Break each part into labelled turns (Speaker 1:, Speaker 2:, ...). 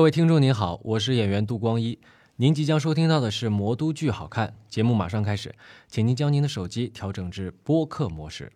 Speaker 1: 各位听众您好，我是演员杜光一。您即将收听到的是《魔都剧好看》节目，马上开始，请您将您的手机调整至播客模式。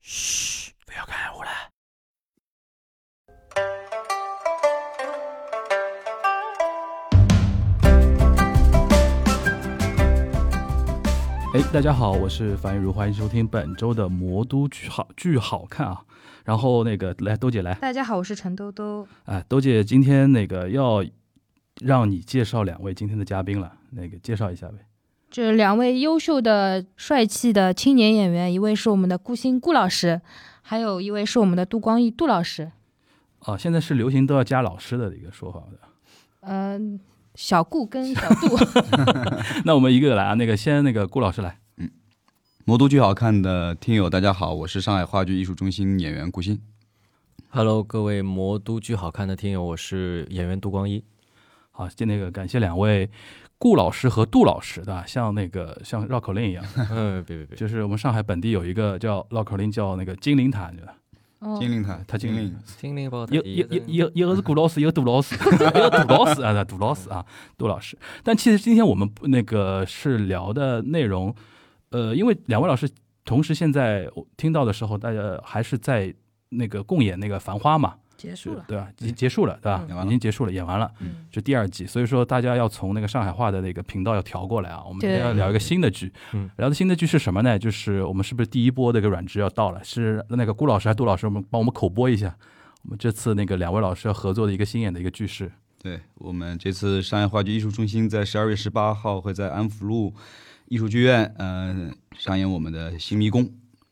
Speaker 2: 嘘，不要看我了。哎，大家好，我是樊玉茹，欢迎收听本周的《魔都剧好剧好看》啊。然后那个来，豆姐来，
Speaker 3: 大家好，我是陈兜兜。
Speaker 2: 哎，豆姐今天那个要让你介绍两位今天的嘉宾了，那个介绍一下呗。
Speaker 3: 这两位优秀的、帅气的青年演员，一位是我们的顾欣顾老师，还有一位是我们的杜光义杜老师。
Speaker 2: 啊，现在是流行都要加老师的一个说法的。
Speaker 3: 嗯、小顾跟小 杜，
Speaker 2: 那我们一个一个来啊，那个先那个顾老师来。
Speaker 4: 魔都剧好看的听友，大家好，我是上海话剧艺术中心演员顾欣。
Speaker 1: Hello，各位《魔都剧好看》的听友，我是演员杜光 一。
Speaker 2: 好，就那个感谢两位顾老师和杜老师，对吧？像那个像绕口令一样，
Speaker 1: 嗯，别别别，
Speaker 2: 就是我们上海本地有一个叫绕口令，叫那个金陵塔，你知道吧？
Speaker 3: 哦，
Speaker 4: 灵塔
Speaker 2: 他精灵，
Speaker 1: 精灵宝
Speaker 2: 有有有有有个是顾老师，有杜老师， 有杜老师啊，对杜老师啊，杜老师。但其实今天我们不那个是聊的内容，呃，因为两位老师同时现在我听到的时候，大家还是在那个共演那个《繁花》嘛，
Speaker 3: 结束了。
Speaker 2: 对吧？已经结束了，对吧
Speaker 3: 嗯
Speaker 4: 演？完
Speaker 2: 已
Speaker 4: 了
Speaker 2: 经结束了，演完了。
Speaker 3: 嗯，
Speaker 2: 就第二季，所以说大家要从那个上海话的那个频道要调过来啊。我们今天
Speaker 3: 对
Speaker 2: 要聊一个新的剧
Speaker 1: 嗯，
Speaker 2: 聊的新的剧是什么呢？就是我们是不是第一波的一个软职要到了？是那个顾老师还是杜老师，我们帮我们口播一下。我们这次那个两位老师要合作的一个新演的一个剧是，
Speaker 4: 对我们这次上海话剧艺术中心在十二月十八号会在安福路艺术剧院，嗯、上演我们的《新迷宫》。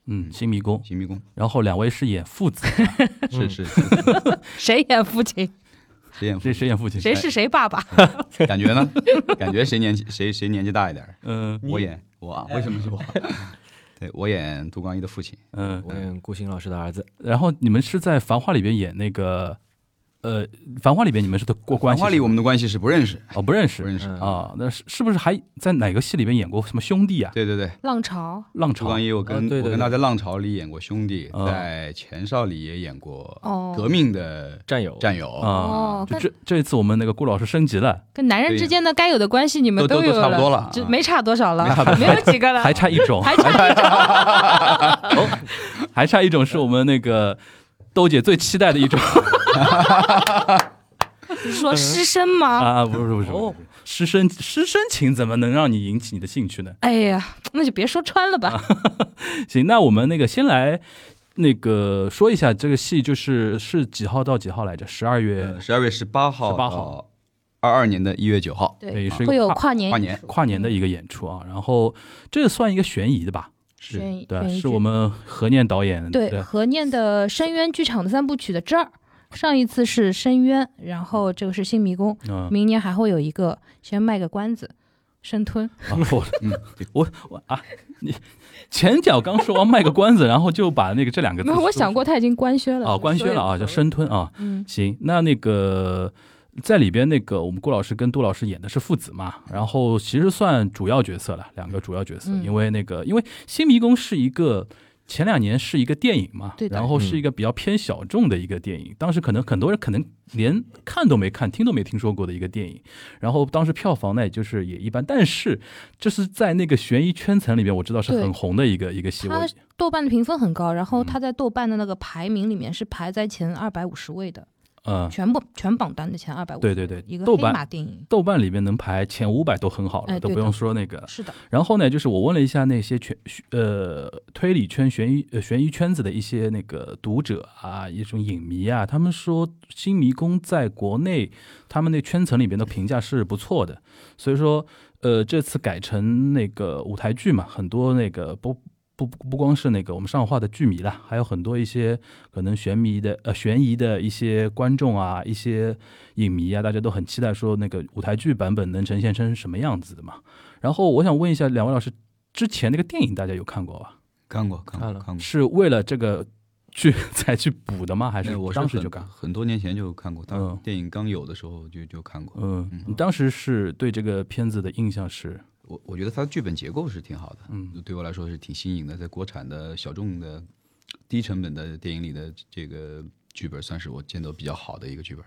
Speaker 2: 嗯，新迷宫。
Speaker 4: 新迷宫
Speaker 2: 然后两位是演父子，
Speaker 4: 是是，
Speaker 3: 谁演父亲？
Speaker 4: 谁演？
Speaker 2: 谁谁演父亲？哎
Speaker 3: 谁是谁爸爸？
Speaker 2: 嗯
Speaker 4: 感觉呢？感觉谁年纪 谁谁年纪大一点儿？
Speaker 2: 嗯
Speaker 4: 我演我啊？为什么是我？对我演杜光一的父亲。
Speaker 2: 嗯。
Speaker 1: 我演顾欣老师的儿子。
Speaker 2: 然后你们是在《繁花》里边演那个，呃，《繁花》里边你们是的过关
Speaker 4: 繁
Speaker 2: 系是？
Speaker 4: 花里我们的关系是不认识，
Speaker 2: 哦不认
Speaker 4: 不
Speaker 2: 识
Speaker 4: 认识。
Speaker 1: 嗯
Speaker 2: 啊？那是是不是还在哪个戏里边演过什么兄弟啊？
Speaker 4: 对对对，
Speaker 3: 浪潮。
Speaker 2: 浪
Speaker 4: 朱
Speaker 2: 潮
Speaker 4: 光一，我
Speaker 1: 啊对
Speaker 4: 跟、
Speaker 1: 对
Speaker 4: 我
Speaker 1: 对
Speaker 4: 跟他在《浪潮》里演过兄弟，
Speaker 2: 啊
Speaker 4: 在《前哨》里也演过
Speaker 3: 哦
Speaker 4: 革命的
Speaker 1: 战友，
Speaker 4: 战友，
Speaker 2: 啊
Speaker 3: 哦，
Speaker 2: 就
Speaker 3: 跟
Speaker 2: 这这一次我们那个顾老师升级了，
Speaker 3: 跟男人之间的该有的关系，你们
Speaker 4: 都都
Speaker 3: 有
Speaker 4: 都差不多
Speaker 3: 了，
Speaker 4: 了，
Speaker 3: 就
Speaker 4: 啊
Speaker 3: 没差多少了
Speaker 2: 没差多，少
Speaker 3: 没有几个了，
Speaker 2: 还差一种，
Speaker 3: 还差一张。
Speaker 2: 还差一种是我们那个豆姐最期待的一 种
Speaker 3: 你说师生吗？
Speaker 2: 啊，不是不是不
Speaker 1: 哦
Speaker 2: 是，师生师生情怎么能让你引起你的兴趣呢？
Speaker 3: 哎呀，那就别说穿了
Speaker 2: 啊
Speaker 3: 吧。
Speaker 2: 行，那我们那个先来那个说一下这个戏就是是几号到几号来着？十二月
Speaker 4: 十二月十八号
Speaker 2: 18号，
Speaker 4: 二二年的一月九号，
Speaker 2: 对
Speaker 3: 对，
Speaker 2: 是一
Speaker 3: 会
Speaker 2: 个
Speaker 3: 有
Speaker 2: 跨
Speaker 3: 跨年
Speaker 4: 跨
Speaker 3: 艺
Speaker 4: 年
Speaker 3: 术
Speaker 2: 跨年的一个演出啊，然后这算一个悬疑的吧？
Speaker 3: 悬疑
Speaker 2: 对吧，
Speaker 3: 悬疑
Speaker 2: 是
Speaker 3: 剧
Speaker 2: 我们何念导演啊
Speaker 3: 对， 何念的《深渊剧场》的三部曲的这儿，上一次是《深渊》，然后这个是《新迷宫》，
Speaker 2: 嗯，
Speaker 3: 明年还会有一个，先卖个关子，深吞。
Speaker 2: 啊，我我我啊，你前脚刚说完卖个关子，然后就把那个这两个字
Speaker 3: 没有， 我
Speaker 2: 说
Speaker 3: 想过他已经官宣了
Speaker 2: 啊，官宣了啊，叫深吞啊。
Speaker 3: 嗯，
Speaker 2: 行，那那个在里边那个我们顾老师跟杜老师演的是父子嘛，然后其实算主要角色了，两个主要角色，
Speaker 3: 嗯
Speaker 2: 因为那个因为《新迷宫》是一个。前两年是一个电影嘛，
Speaker 3: 对的
Speaker 2: 然后是一个比较偏小众的一个电影，当时可能很多人可能连看都没看、听都没听说过的一个电影，然后当时票房呢也就是也一般，但是这是在那个悬疑圈层里边，我知道是
Speaker 3: 对
Speaker 2: 很红的一个一个戏，我嗯
Speaker 3: 他豆瓣的评分很高，然后他在豆瓣的那个排名里面是排在前二百五十位的，
Speaker 2: 嗯，
Speaker 3: 全部全榜单的前二百五。
Speaker 2: 对对对
Speaker 3: 一个
Speaker 2: 豆
Speaker 3: 黑
Speaker 2: 瓣
Speaker 3: 马电影。
Speaker 2: 豆瓣里面能排前五百都很好了，
Speaker 3: 哎
Speaker 2: 都
Speaker 3: 对
Speaker 2: 不
Speaker 3: 的
Speaker 2: 用说那个
Speaker 3: 是的，
Speaker 2: 然后呢，就是我问了一下那些全呃推理圈、悬疑呃悬疑圈子的一些那个读者啊，一种影迷啊，他们说《新迷宫》在国内他们那圈层里边的评价是不错的，所以说呃这次改成那个舞台剧嘛，很多那个不不不不光是那个我们上海话的剧迷啦，还有很多一些可能悬迷的呃悬疑的一些观众啊，一些影迷啊，大家都很期待说那个舞台剧版本能呈现成什么样子的嘛。然后我想问一下两位老师，之前那个电影大家有看过吧？
Speaker 4: 看过
Speaker 1: 看
Speaker 4: 看过
Speaker 1: 了
Speaker 4: 看过，
Speaker 2: 是为了这个剧才去 补的吗？还
Speaker 4: 哎
Speaker 2: 是
Speaker 4: 我是
Speaker 2: 当时
Speaker 4: 很
Speaker 2: 就看？
Speaker 4: 很多年前就看过，
Speaker 2: 嗯
Speaker 4: 当电影刚有的时候就就看过。
Speaker 2: 嗯
Speaker 4: 嗯，
Speaker 2: 你当时是对这个片子的印象是，
Speaker 4: 我我觉得它的剧本结构是挺好的，
Speaker 2: 嗯
Speaker 4: 对我来说是挺新颖的，在国产的小众的低成本的电影里的这个剧本，算是我见到比较好的一个剧本。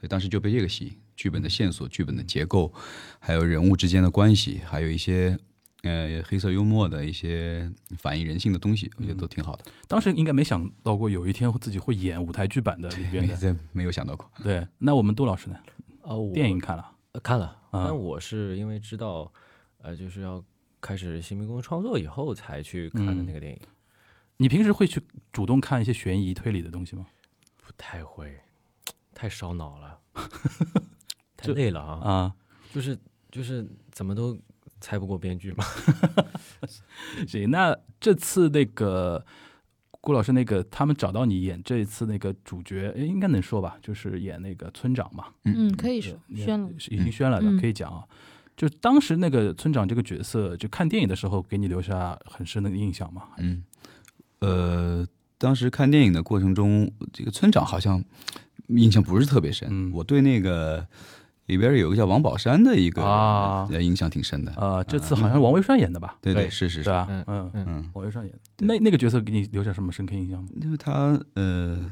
Speaker 4: 所以当时就被这个吸引，剧本的线索、剧本的结构，还有人物之间的关系，还有一些呃黑色幽默的一些反映人性的东西，我觉得都挺好的。
Speaker 2: 当时应该没想到过有一天自己会演舞台剧版的里边
Speaker 4: 没
Speaker 2: 的。
Speaker 4: 在没有想到过，
Speaker 2: 对，那我们杜老师呢？
Speaker 1: 呃，我
Speaker 2: 哦电影看了，
Speaker 1: 呃看了，
Speaker 2: 啊
Speaker 1: 但我是因为知道，呃，就是要开始新民工创作以后才去看的那
Speaker 2: 嗯
Speaker 1: 个电影，
Speaker 2: 你平时会去主动看一些悬疑推理的东西吗？
Speaker 1: 不太会，太烧脑 了，太
Speaker 2: 这
Speaker 1: 累了啊，
Speaker 2: 啊，
Speaker 1: 就是就是怎么都猜不过编剧嘛。
Speaker 2: 行，那这次那个顾老师那个他们找到你演这一次那个主角，诶应该能说吧？就是演那个村长嘛，
Speaker 3: 嗯，可以说
Speaker 2: 对
Speaker 3: 宣了。
Speaker 2: 是已经宣了的，
Speaker 3: 嗯
Speaker 2: 可以讲啊。就当时那个村长这个角色，就看电影的时候给你留下很深的印象嘛？
Speaker 4: 嗯，呃，当时看电影的过程中，这个村长好像印象不是特别深。
Speaker 2: 嗯
Speaker 4: 我对那个里边有一个叫王宝山的一个
Speaker 2: 啊
Speaker 4: 人呃印象挺深的。
Speaker 2: 呃，这次好像是王威帅演的吧？
Speaker 4: 对对，
Speaker 1: 对
Speaker 4: 是是
Speaker 2: 对
Speaker 4: 是，
Speaker 2: 吧？
Speaker 1: 嗯
Speaker 2: 嗯，
Speaker 4: 嗯，
Speaker 2: 王威帅演的。那那个角色给你留下什么深刻印象吗？
Speaker 4: 因为他呃，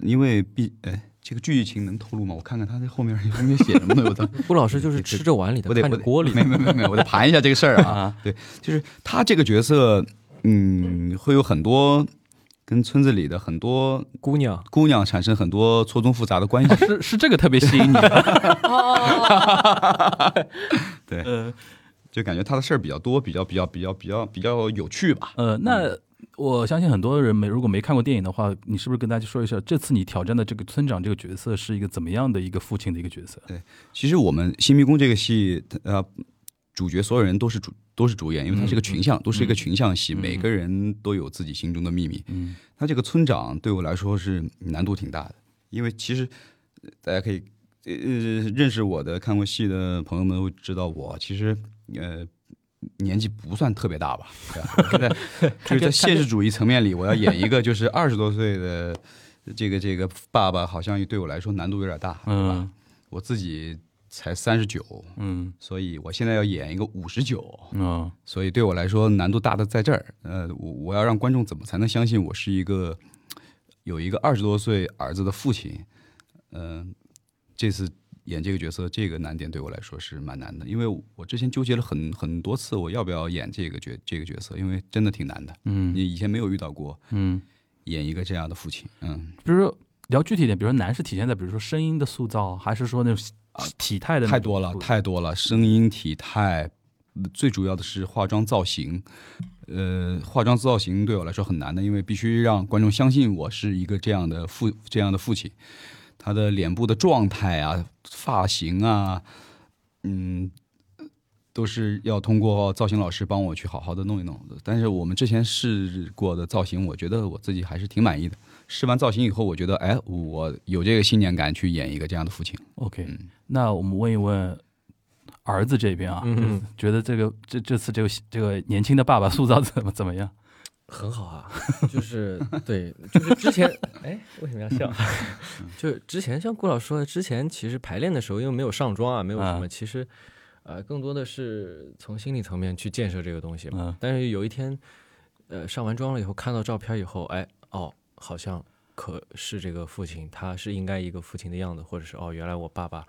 Speaker 4: 因为毕哎，这个剧情能透露吗？我看看他这后面后面写什么呢？我操，
Speaker 1: 顾老师就是
Speaker 4: 这这
Speaker 1: 吃着碗里的
Speaker 4: 我得
Speaker 1: 看
Speaker 4: 我
Speaker 1: 着
Speaker 4: 得
Speaker 1: 锅里
Speaker 4: 没
Speaker 1: 的，
Speaker 4: 没没没，我得盘一下这个事儿啊。
Speaker 2: 啊，
Speaker 4: 就是他这个角色，嗯，会有很多跟村子里的很多
Speaker 1: 姑娘
Speaker 4: 姑娘产生很多错综复杂的关系。
Speaker 2: 是是这个特别吸引你的，
Speaker 4: 对，
Speaker 2: 呃
Speaker 4: 就感觉他的事儿比较多，比较比较比较比较比较有趣吧。
Speaker 2: 呃，那我相信很多人没如果没看过电影的话，你是不是跟大家说一下，这次你挑战的这个村长这个角色是一个怎么样的一个父亲的一个角色？
Speaker 4: 其实我们《新迷宫》这个戏，呃，主角所有人都是主都是主演，因为它是个群像，都是一个群像戏，每个人都有自己心中的秘密。
Speaker 2: 嗯，
Speaker 4: 那这个村长对我来说是难度挺大的，因为其实呃大家可以呃认识我的看过戏的朋友们会知道我其实呃。年纪不算特别大吧，对吧 现在就是在现实主义层面里，我要演一个就是 二十多岁的这个这个爸爸，好像对我来说难度有点大，对吧？
Speaker 2: 嗯
Speaker 4: 我自己才三十九，
Speaker 2: 嗯
Speaker 4: 所以我现在要演一个五十九，
Speaker 2: 嗯
Speaker 4: 所以对我来说难度大的在这儿。呃，我我要让观众怎么才能相信我是一个有一个二十多岁儿子的父亲？嗯、这次演这个角色，这个难点对我来说是蛮难的，因为我之前纠结了很很多次，我要不要演这个角这个角色，因为真的挺难的，
Speaker 2: 嗯
Speaker 4: 你以前没有遇到过
Speaker 2: 嗯，
Speaker 4: 演一个这样的父亲。嗯，
Speaker 2: 比如说聊具体一点，比如说难是体现在比如说声音的塑造，还是说那种啊体态的那
Speaker 4: 太
Speaker 2: 种
Speaker 4: 多了，
Speaker 2: 塑造
Speaker 4: 太多了，声音、体态，嗯最主要的是化妆造型。呃，化妆造型对我来说很难的，因为必须让观众相信我是一个这样的父这样的父亲。他的脸部的状态啊，发型啊，嗯，都是要通过造型老师帮我去好好的弄一弄的。但是我们之前试过的造型，我觉得我自己还是挺满意的。试完造型以后，我觉得，哎，我有这个信念感去演一个这样的父亲。
Speaker 2: OK，、
Speaker 4: 嗯
Speaker 2: 那我们问一问儿子这边啊，
Speaker 1: 嗯
Speaker 2: 就是觉得这个这这次这个这个年轻的爸爸塑造怎么怎么样？
Speaker 1: 很好 啊，就是对，就是之前 哎，为什么要笑？ 就是之前像顾老师说的，之前其实排练的时候，因为没有上妆啊，没有什么，
Speaker 2: 啊
Speaker 1: 其实呃，更多的是从心理层面去建设这个东西嘛。
Speaker 2: 嗯
Speaker 1: 但是有一天，呃，上完妆了以后，看到照片以后，哎，哦，好像可是这个父亲，他是应该一个父亲的样子，或者是哦，原来我爸爸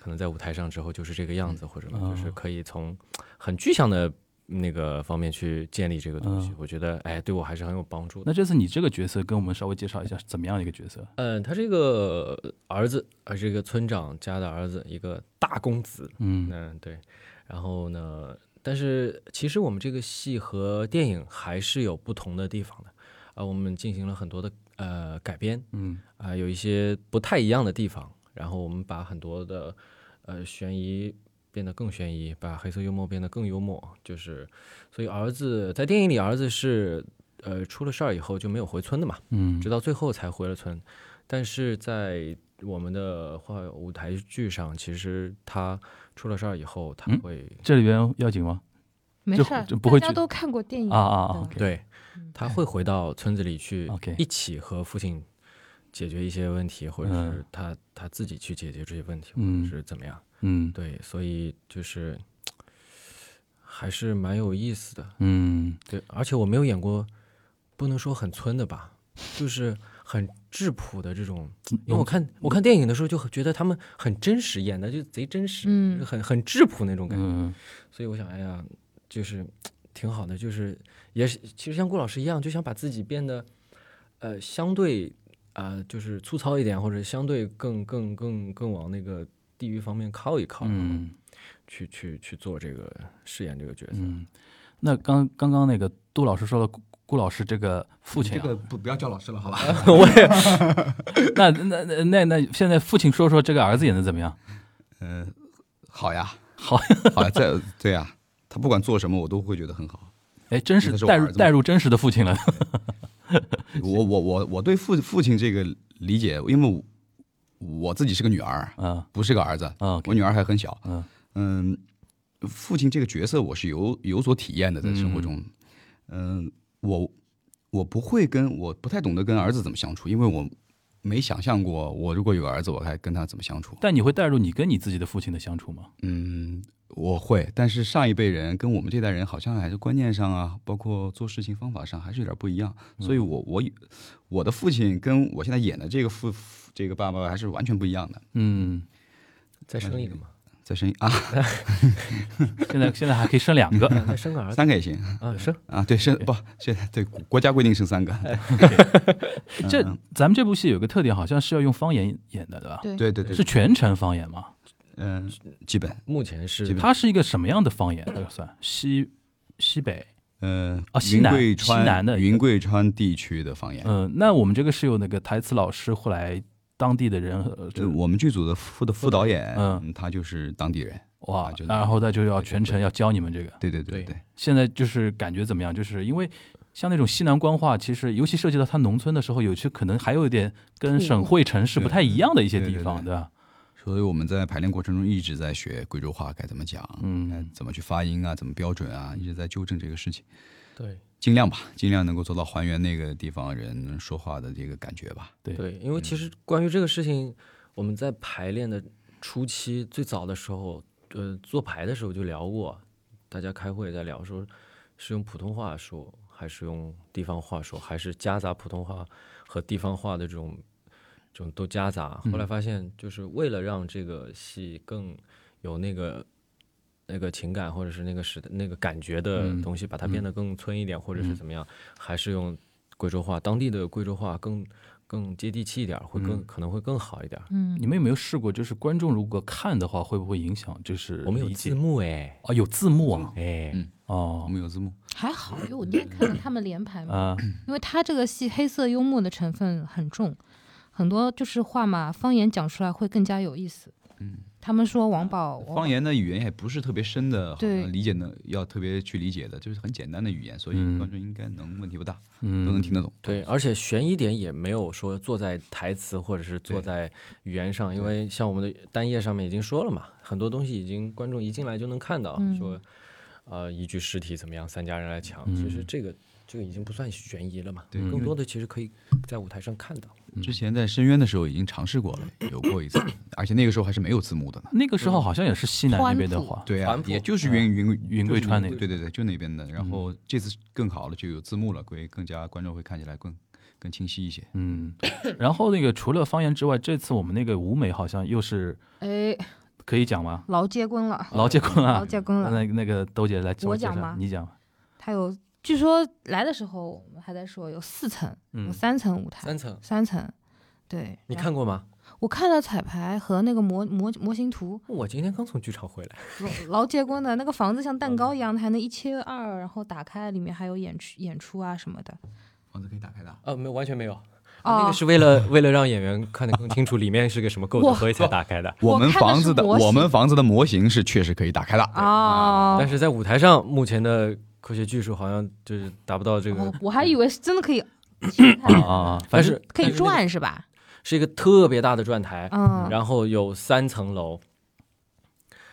Speaker 1: 可能在舞台上之后就是这个样子，或者
Speaker 2: 哦
Speaker 1: 就是可以从很具象的那个方面去建立这个东西
Speaker 2: 嗯，
Speaker 1: 我觉得哎，对我还是很有帮助的。
Speaker 2: 那这次你这个角色跟我们稍微介绍一下是怎么样的一个角色？
Speaker 1: 嗯，他这个儿子，还是一个村长家的儿子，一个大公子，
Speaker 2: 嗯
Speaker 1: 嗯，对。然后呢，但是其实我们这个戏和电影还是有不同的地方的，啊、我们进行了很多的呃改编，
Speaker 2: 嗯
Speaker 1: 啊、有一些不太一样的地方，然后我们把很多的呃悬疑变得更悬疑，把黑色幽默变得更幽默，就是所以儿子在电影里儿子是呃出了事儿以后就没有回村的嘛，
Speaker 2: 嗯
Speaker 1: 直到最后才回了村。但是在我们的话舞台剧上，其实他出了事儿以后，他
Speaker 2: 嗯
Speaker 1: 会、
Speaker 2: 这里边要紧吗？
Speaker 3: 没
Speaker 2: 就
Speaker 3: 事儿，
Speaker 2: 就不会
Speaker 3: 大
Speaker 2: 去
Speaker 3: 家都看过电影
Speaker 2: 啊啊啊
Speaker 3: 的
Speaker 2: ，OK，
Speaker 1: 对，他会回到村子里去
Speaker 2: OK
Speaker 1: 一起和父亲解决一些问题，或者是他他自己去解决这些问题，或
Speaker 2: 嗯
Speaker 1: 者是怎么样。
Speaker 2: 嗯
Speaker 1: 对，所以就是还是蛮有意思的。
Speaker 2: 嗯
Speaker 1: 对，而且我没有演过，不能说很村的吧，就是很质朴的这种。
Speaker 2: 嗯
Speaker 1: 因为我看我看电影的时候，就很觉得他们很真实，演的就贼真实，
Speaker 3: 嗯
Speaker 1: 就很很质朴那种感觉。
Speaker 2: 嗯
Speaker 1: 所以我想，哎呀，就是挺好的，就是也是其实像顾老师一样，就想把自己变得呃相对啊、呃就是粗糙一点，或者相对更更更更往那个地域方面靠一靠，
Speaker 2: 嗯
Speaker 1: 去去去做这个饰演这个角色。
Speaker 2: 嗯。那刚刚刚那个杜老师说了顾顾老师这个父亲
Speaker 4: 这
Speaker 2: 啊，
Speaker 4: 个不不要叫老师了，好吧？
Speaker 2: 那那那那那现在父亲说说这个儿子演的怎么样？
Speaker 4: 嗯、好呀，
Speaker 2: 好
Speaker 4: 呀， 好呀，在对呀、他不管做什么，我都会觉得很好。
Speaker 2: 哎，真
Speaker 4: 那
Speaker 2: 实
Speaker 4: 是我
Speaker 2: 带
Speaker 4: 儿
Speaker 2: 入
Speaker 4: 子吗
Speaker 2: 带入真实的父亲了。
Speaker 4: 我我我我对父父亲这个理解，因为我我自己是个女儿，
Speaker 2: 嗯
Speaker 4: 不是个儿子，
Speaker 2: 嗯，OK，
Speaker 4: 我女儿还很小。
Speaker 2: 嗯
Speaker 4: 嗯，父亲这个角色我是有有所体验的，在生活中，嗯，我我不会跟我不太懂得跟儿子怎么相处，因为我没想象过我如果有个儿子，我该跟他怎么相处。
Speaker 2: 但你会带入你跟你自己的父亲的相处吗？
Speaker 4: 嗯，我会，但是上一辈人跟我们这代人好像还是观念上啊，包括做事情方法上还是有点不一样，所
Speaker 2: 嗯
Speaker 4: 以我我我的父亲跟我现在演的这个父这个爸爸还是完全不一样的。
Speaker 2: 嗯，
Speaker 1: 再生一个嘛，
Speaker 4: 再生一啊，
Speaker 2: 现在现在还可以生 两个。
Speaker 4: 嗯
Speaker 1: 再生个儿子
Speaker 4: 三个也行
Speaker 1: 啊，生
Speaker 4: 啊，对，生不现在对国国家规定生三个，
Speaker 2: 哎这咱们这部戏有个特点，好像是要用方言演的，对吧？
Speaker 3: 对
Speaker 4: 对对对，
Speaker 2: 是全程方言吗？
Speaker 4: 嗯，基本
Speaker 1: 目前是
Speaker 4: 基本
Speaker 2: 它是一个什么样的方言？那个算西西北。
Speaker 4: 呃
Speaker 2: 哦，西
Speaker 4: 云
Speaker 2: 南
Speaker 4: 贵
Speaker 2: 西
Speaker 4: 川
Speaker 2: 南的一个
Speaker 4: 云贵川地区的方言。
Speaker 2: 嗯，那我们这个是有那个台词老师后来当地的人，呃
Speaker 4: 对，
Speaker 2: 就
Speaker 4: 我们剧组的副的副导演，
Speaker 2: 嗯
Speaker 4: 嗯，他就是当地人。
Speaker 2: 哇
Speaker 4: 就，是
Speaker 2: 然后他就要全程要教你们这个。
Speaker 4: 对对
Speaker 1: 对
Speaker 4: 对对，
Speaker 2: 现在就是感觉怎么样？就是因为像那种西南官话，其实尤其涉及到它农村的时候，有些可能还有一点跟省会城市不太一样的一些地方，
Speaker 4: 对对对
Speaker 2: 对吧？
Speaker 4: 所以我们在排练过程中一直在学贵州话该怎么讲，
Speaker 2: 嗯
Speaker 4: 该怎么去发音啊，怎么标准啊，一直在纠正这个事情，
Speaker 1: 对
Speaker 4: 尽量吧，尽量能够做到还原那个地方人说话的这个感觉吧。
Speaker 2: 对嗯
Speaker 1: 对，因为其实关于这个事情，我们在排练的初期最早的时候，呃，做排的时候就聊过，大家开会在聊说，是用普通话说，还是用地方话说，还是夹杂普通话和地方话的这种这种都夹杂。后来
Speaker 2: 嗯
Speaker 1: 发现，就是为了让这个戏更有那个。那个情感或者是那个时那个感觉的
Speaker 2: 嗯
Speaker 1: 东西，把它变得更村一点，或者是怎么样，还是用贵州话，当地的贵州话更更接地气一点儿，会更、可能会更好一点儿。
Speaker 3: 嗯
Speaker 2: 你们有没有试过？就是观众如果看的话，会不会影响？就是
Speaker 1: 我们有
Speaker 2: 理解
Speaker 1: 字幕哎
Speaker 2: 啊，有字幕啊，
Speaker 1: 哎，
Speaker 4: 嗯我
Speaker 2: 哦，
Speaker 4: 们有字幕，
Speaker 3: 还好，因为我今天看了他们连排嘛，
Speaker 2: 啊，
Speaker 3: 因为他这个戏黑色幽默的成分很重，很多就是话嘛，方言讲出来会更加有意思。嗯，他们说王宝
Speaker 4: 方言的语言也不是特别深的，好
Speaker 3: 对
Speaker 4: 像理解能要特别去理解的，就是很简单的语言，所以
Speaker 2: 嗯
Speaker 4: 观众应该能问题不大，
Speaker 2: 嗯，
Speaker 4: 都能听得懂。
Speaker 1: 对，而且悬疑点也没有说坐在台词或者是坐
Speaker 4: 对
Speaker 1: 在语言上，因为像我们的单页上面已经说了嘛，很多东西已经观众一进来就能看到，
Speaker 3: 嗯
Speaker 1: 说呃一具尸体怎么样，三家人来抢，其实这个这个已经不算悬疑了嘛，
Speaker 4: 对
Speaker 1: 更多的其实可以在舞台上看到。
Speaker 2: 嗯
Speaker 4: 之前在深渊的时候已经尝试过了，有过 一次，而且那个时候还是没有字幕的呢。
Speaker 2: 那个时候好像也是西南那边的话，
Speaker 4: 对啊
Speaker 1: 反，哺
Speaker 4: 也就是云云
Speaker 2: 云贵川那嗯
Speaker 4: 对对对，就那边的。然后这次更好了，就有字幕了，会更加观众会看起来更更清晰一些。
Speaker 2: 嗯。然后那个除了方言之外，这次我们那个舞美好像又是
Speaker 3: 哎
Speaker 2: 可以讲吗？
Speaker 3: 劳结棍了，
Speaker 2: 劳建坤
Speaker 3: 呃劳
Speaker 2: 啊，
Speaker 3: 结棍了，
Speaker 2: 那那个豆姐来，
Speaker 3: 我讲吗
Speaker 2: 你讲吧。啊
Speaker 3: 他有。据说来的时候，我们还在说有四层，有
Speaker 2: 嗯
Speaker 3: 三层舞台，
Speaker 1: 三层，
Speaker 3: 三层，对。
Speaker 1: 你
Speaker 3: 然
Speaker 1: 看过吗？
Speaker 3: 后，我看了彩排和那个模模模 型图，
Speaker 1: 我今天刚从剧场回来。
Speaker 3: 劳结棍的那个房子像蛋糕一样，它还能一切二，然后打开，里面还有演出演出啊什么的。
Speaker 4: 房子可以打开的，
Speaker 1: 哦啊，没有，完全没有。那
Speaker 3: 哦
Speaker 1: 个，是为了为了让演员看得更清楚里面是个什么构
Speaker 3: 哇
Speaker 1: 造，所以才打开的。
Speaker 3: 我
Speaker 4: 我们
Speaker 3: 看的
Speaker 4: 房
Speaker 3: 是
Speaker 4: 子的
Speaker 3: 模型
Speaker 4: 我们房子的模型是确实可以打开的。啊
Speaker 1: 啊
Speaker 3: 哦
Speaker 1: 但，是在舞台上，目前的科学技术好像就是达不到这个
Speaker 3: 哦，我还以为是真的可以
Speaker 2: 啊啊，啊
Speaker 1: 但
Speaker 2: 反正
Speaker 1: 是
Speaker 3: 可
Speaker 1: 但
Speaker 3: 以
Speaker 1: 是那个
Speaker 3: 转是吧？
Speaker 1: 是一个特别大的转台，
Speaker 3: 嗯，
Speaker 1: 然后有三层楼，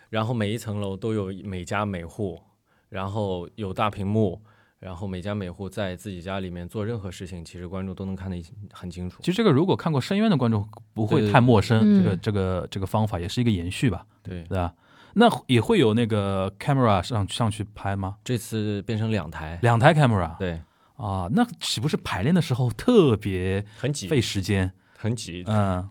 Speaker 1: 然后每一层楼都有每家每户，然后有大屏幕，然后每家每户在自己家里面做任何事情，其实观众都能看得很清楚
Speaker 2: 其。实这个如果看过《深渊》的观众不
Speaker 1: 对
Speaker 2: 会
Speaker 1: 对
Speaker 2: 太陌生，
Speaker 3: 嗯
Speaker 2: 这个这个这个方法也是一个延续吧，
Speaker 1: 对，
Speaker 2: 对吧？那也会有那个 camera 上上去拍吗？
Speaker 1: 这次变成两台，
Speaker 2: 两台 camera
Speaker 1: 对，
Speaker 2: 啊，那岂不是排练的时候特别
Speaker 1: 很挤，
Speaker 2: 费时间？
Speaker 1: 很挤。
Speaker 2: 嗯，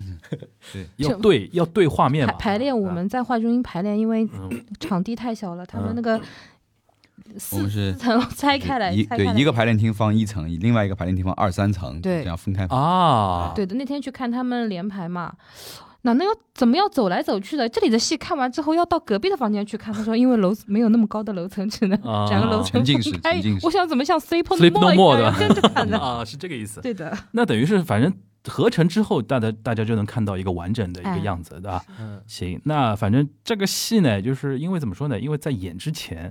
Speaker 4: 对，
Speaker 2: 要
Speaker 3: 这
Speaker 2: 对要对画面
Speaker 3: 排
Speaker 2: 嘛。
Speaker 3: 排练我们在画中音排练，因为
Speaker 2: 嗯
Speaker 3: 场地太小了，他
Speaker 2: 嗯
Speaker 3: 们那个
Speaker 4: 我
Speaker 3: 四
Speaker 4: 们是
Speaker 3: 层拆开来，
Speaker 4: 一
Speaker 3: 拆
Speaker 4: 对
Speaker 3: 开来
Speaker 4: 一个排练厅放一层，另外一个排练厅放二三层，
Speaker 3: 对
Speaker 4: 这样分开。
Speaker 2: 啊，
Speaker 3: 对的，那天去看他们联排嘛，哪能要怎么要走来走去的？这里的戏看完之后要到隔壁的房间去看。他说因为楼没有那么高的楼层，只能
Speaker 2: 啊
Speaker 3: 整个楼层
Speaker 4: 沉浸式
Speaker 3: 分开
Speaker 4: 沉浸。式
Speaker 3: 我想怎么像 Sleep
Speaker 2: Sleep No
Speaker 3: No
Speaker 2: More
Speaker 3: 一
Speaker 2: 的
Speaker 3: 样跟着看的。
Speaker 2: 啊，是这个意思。
Speaker 3: 对的，
Speaker 2: 那等于是反正合成之后，大家大家就能看到一个完整的一
Speaker 3: 哎
Speaker 2: 个样子，对吧？
Speaker 1: 嗯，
Speaker 2: 行，那反正这个戏呢，就是因为怎么说呢？因为在演之前，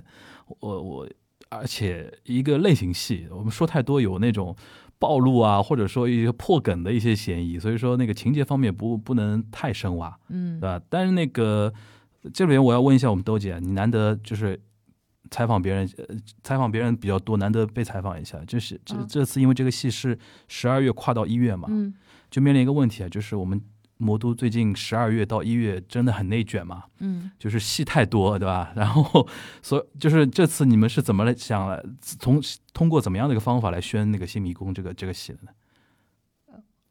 Speaker 2: 我我而且一个类型戏，我们说太多有那种暴露啊，或者说一些破梗的一些嫌疑，所以说那个情节方面不不能太深挖，
Speaker 3: 嗯
Speaker 2: 对，吧？但是那个这边我要问一下我们豆姐，你难得就是。采访别人，呃，采访别人比较多，难得被采访一下。就是这
Speaker 3: 嗯
Speaker 2: 这次，因为这个戏是十二月跨到一月嘛，
Speaker 3: 嗯
Speaker 2: 就面临一个问题啊，就是我们魔都最近十二月到一月真的很内卷嘛，
Speaker 3: 嗯，
Speaker 2: 就是戏太多，对吧？ 然后，所就是这次你们是怎么来想来从通过怎么样的一个方法来宣那个《新迷宫》这个这个戏的呢？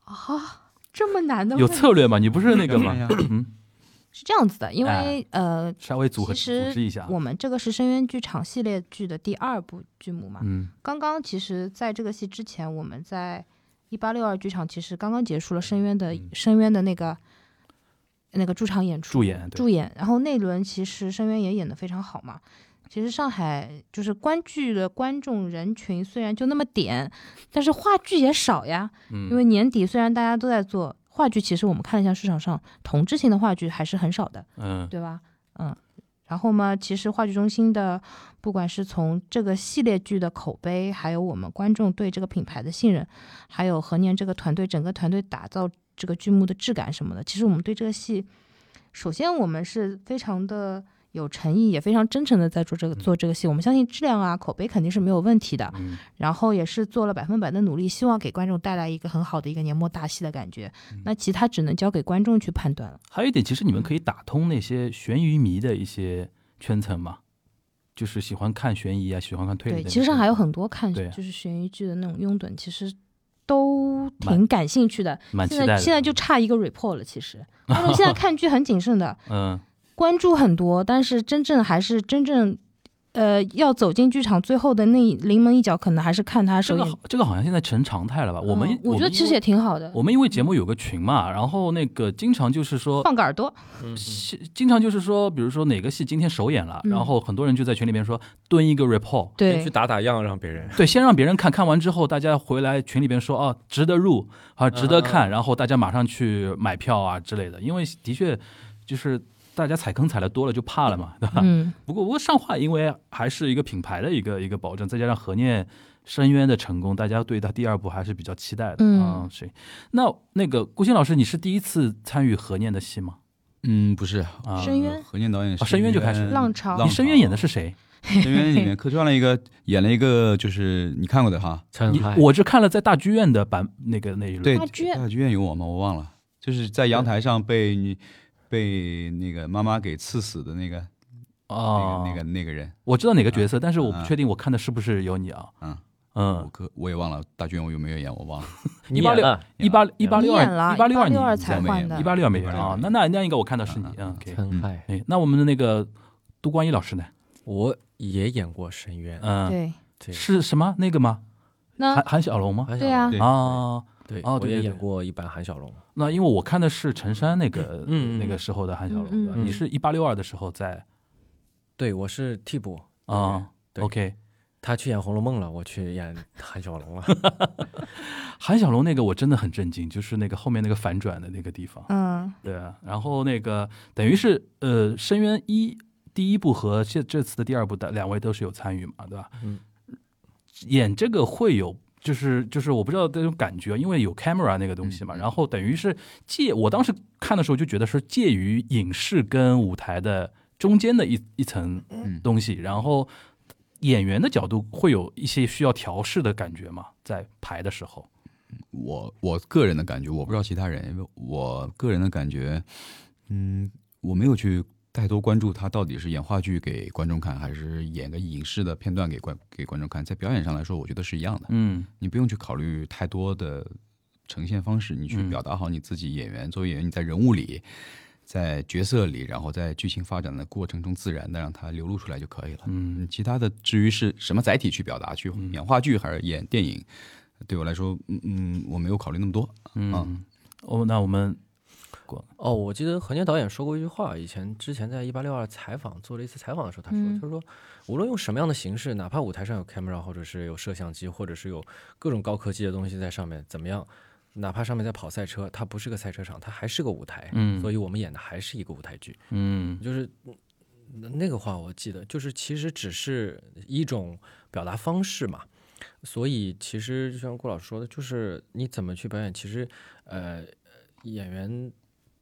Speaker 3: 啊，这么难的
Speaker 2: 有
Speaker 3: 问
Speaker 2: 策略吗？你不是那个吗
Speaker 4: 哎？呀
Speaker 2: 嗯，
Speaker 3: 是这样子的，因
Speaker 2: 哎
Speaker 3: 为呃，
Speaker 2: 稍微组合
Speaker 3: 其实
Speaker 2: 组织一下。
Speaker 3: 我们这个是深渊剧场系列剧的第二部剧目嘛，
Speaker 2: 嗯
Speaker 3: 刚刚其实在这个戏之前，我们在一八六二剧场其实刚刚结束了深渊的、
Speaker 2: 嗯
Speaker 3: 深渊的那个那个驻场演出
Speaker 2: 助演对
Speaker 3: 助演，然后那轮其实深渊也演得非常好嘛。其实上海就是观剧的观众人群虽然就那么点，但是话剧也少呀。
Speaker 2: 嗯，
Speaker 3: 因为年底虽然大家都在做话剧，其实我们看了一下市场上同质性的话剧还是很少的。
Speaker 2: 嗯
Speaker 3: 对吧？嗯，然后嘛，其实话剧中心的，不管是从这个系列剧的口碑，还有我们观众对这个品牌的信任，还有何年这个团队整个团队打造这个剧目的质感什么的，其实我们对这个戏，首先我们是非常的有诚意，也非常真诚的在做这个做这个戏，我们相信质量啊、口碑肯定是没有问题的。
Speaker 2: 嗯
Speaker 3: 然后也是做了百分百的努力，希望给观众带来一个很好的一个年末大戏的感觉。
Speaker 2: 嗯
Speaker 3: 那其他只能交给观众去判断了。
Speaker 2: 还有一点，其实你们可以打通那些悬疑迷的一些圈层嘛，就是喜欢看悬疑啊，喜欢看推理的
Speaker 3: 对，
Speaker 2: 那些。
Speaker 3: 其实上海有很多看
Speaker 2: 对啊
Speaker 3: 就是悬疑剧的那种拥趸，其实都挺
Speaker 2: 蛮
Speaker 3: 感兴趣的。
Speaker 2: 蛮期
Speaker 3: 现
Speaker 2: 待的。嗯
Speaker 3: 在现在就差一个 report 了，其实观众现在看剧很谨慎的，
Speaker 2: 嗯
Speaker 3: 关注很多，但是真正还是真正。呃，要走进剧场最后的那一临门一脚，可能还是看他
Speaker 2: 这
Speaker 3: 首
Speaker 2: 个
Speaker 3: 演。
Speaker 2: 好，这个好像现在成常态了吧？我们、
Speaker 3: 嗯我觉得
Speaker 2: 们
Speaker 3: 其
Speaker 2: 因为
Speaker 3: 实也挺好的，
Speaker 2: 我们因为节目有个群嘛，然后那个经常就是说，
Speaker 3: 放个耳朵。
Speaker 2: 戏经常就是说，比如说哪个戏今天首演了，
Speaker 3: 嗯
Speaker 2: 然后很多人就在群里面说蹲一个 report，
Speaker 1: 先
Speaker 3: 对
Speaker 1: 去，打打样，让别人。
Speaker 2: 对，先让别人看看完之后，大家回来群里边说啊，值得入啊，值得看，然后大家马上去买票啊之类的，因为的确就是。大家踩坑踩的多了就怕了嘛，对吧？
Speaker 3: 嗯，
Speaker 2: 不过不过上话，因为还是一个品牌的一个一个保证，再加上何念深渊的成功，大家对他第二部还是比较期待的。
Speaker 3: 嗯
Speaker 2: 啊，是。那那个顾欣老师，你是第一次参与何念的戏吗？
Speaker 4: 嗯，不是，
Speaker 2: 啊，
Speaker 3: 深渊
Speaker 4: 何念导演是哦
Speaker 2: 啊深渊就开始
Speaker 3: 浪潮
Speaker 2: 你深渊演的是谁？
Speaker 4: 深渊里面客串了一个，演了一个就是你看过的哈，
Speaker 1: 残
Speaker 2: 你
Speaker 1: 害，
Speaker 2: 我只看了在大剧院的版那个那一轮。
Speaker 4: 嗯对，
Speaker 3: 大剧院
Speaker 4: 大剧院有我吗？我忘了，就是在阳台上被你被那个妈妈给刺死的那个那
Speaker 2: 啊，
Speaker 4: 个那个那个人，
Speaker 2: 我知道哪个角色，但是我不
Speaker 4: 啊
Speaker 2: 确定我看的是不是有你啊。
Speaker 4: 嗯我
Speaker 2: 嗯，
Speaker 4: 可我也忘了大剧院我有没有演，我忘了。
Speaker 1: 你
Speaker 2: 八
Speaker 1: 演
Speaker 2: 六
Speaker 1: 了，
Speaker 2: 一八一八
Speaker 3: 你
Speaker 2: 六
Speaker 3: 演
Speaker 2: 二
Speaker 3: 了
Speaker 2: 一八六二
Speaker 3: 六二
Speaker 2: 你
Speaker 3: 才
Speaker 4: 在没
Speaker 3: 换
Speaker 4: 演
Speaker 3: 的
Speaker 2: 一八六二没人
Speaker 4: 186
Speaker 2: 啊
Speaker 4: 没？
Speaker 2: 那
Speaker 4: 人
Speaker 2: 那那应该我看到是你
Speaker 4: 啊。
Speaker 2: 嗯，OK。
Speaker 1: 残害，
Speaker 2: 哎，那我们的那个杜光一老师呢？
Speaker 1: 我也演过深渊。
Speaker 2: 嗯，
Speaker 3: 对，
Speaker 1: 对
Speaker 2: 是什么那个吗？
Speaker 3: 那
Speaker 2: 韩韩小龙吗？
Speaker 1: 韩小
Speaker 3: 对啊
Speaker 1: 龙
Speaker 2: 啊，
Speaker 1: 对，
Speaker 2: 哦
Speaker 1: 我
Speaker 2: 对对
Speaker 1: 也
Speaker 2: 对
Speaker 1: 演过一版韩小龙。
Speaker 2: 那因为我看的是陈山那个
Speaker 1: 嗯嗯
Speaker 2: 那个时候的韩小龙，
Speaker 3: 嗯
Speaker 2: 对吧
Speaker 1: 嗯
Speaker 2: 你是一八六二的时候在
Speaker 1: 对，我是替补。
Speaker 2: 啊
Speaker 1: 对
Speaker 2: ？OK，
Speaker 1: 他去演《红楼梦》了，我去演韩小龙了。
Speaker 2: 韩小龙那个我真的很震惊，就是那个后面那个反转的那个地方，
Speaker 3: 嗯
Speaker 2: 对啊，然后那个等于是呃，《深渊一》第一部和这这次的第二部的两位都是有参与嘛，对吧？
Speaker 1: 嗯，
Speaker 2: 演这个会有。就是就是我不知道那种感觉，因为有 camera 那个东西嘛，
Speaker 4: 嗯嗯
Speaker 2: 然后等于是介我当时看的时候就觉得是介于影视跟舞台的中间的一一层
Speaker 4: 嗯
Speaker 2: 东西，然后演员的角度会有一些需要调试的感觉嘛，在排的时候，
Speaker 4: 我我个人的感觉，我不知道其他人，因为我个人的感觉，嗯，我没有去太多关注他到底是演话剧给观众看，还是演个影视的片段给观给观众看。在表演上来说，我觉得是一样的，
Speaker 2: 嗯
Speaker 4: 你不用去考虑太多的呈现方式，你去
Speaker 2: 嗯
Speaker 4: 表达好你自己演员、作为演员，你在人物里，在角色里，然后在剧情发展的过程中自然的让它流露出来就可以了。
Speaker 2: 嗯
Speaker 4: 嗯，其他的至于是什么载体去表达，去
Speaker 2: 嗯
Speaker 4: 演话剧还是演电影，对我来说，嗯嗯，我没有考虑那么多。
Speaker 2: 嗯，哦，那我们
Speaker 1: 哦，我记得何年导演说过一句话，以前之前在一八六二采访做了一次采访的时候，他说，
Speaker 3: 嗯
Speaker 1: 他说无论用什么样的形式，哪怕舞台上有 camera，或者是有摄像机，或者是有各种高科技的东西在上面，怎么样，哪怕上面在跑赛车，它不是个赛车场，它还是个舞台，
Speaker 2: 嗯
Speaker 1: 所以我们演的还是一个舞台剧，
Speaker 2: 嗯
Speaker 1: 就是那那个话我记得，就是其实只是一种表达方式嘛。所以其实就像顾老师说的，就是你怎么去表演，其实呃，演员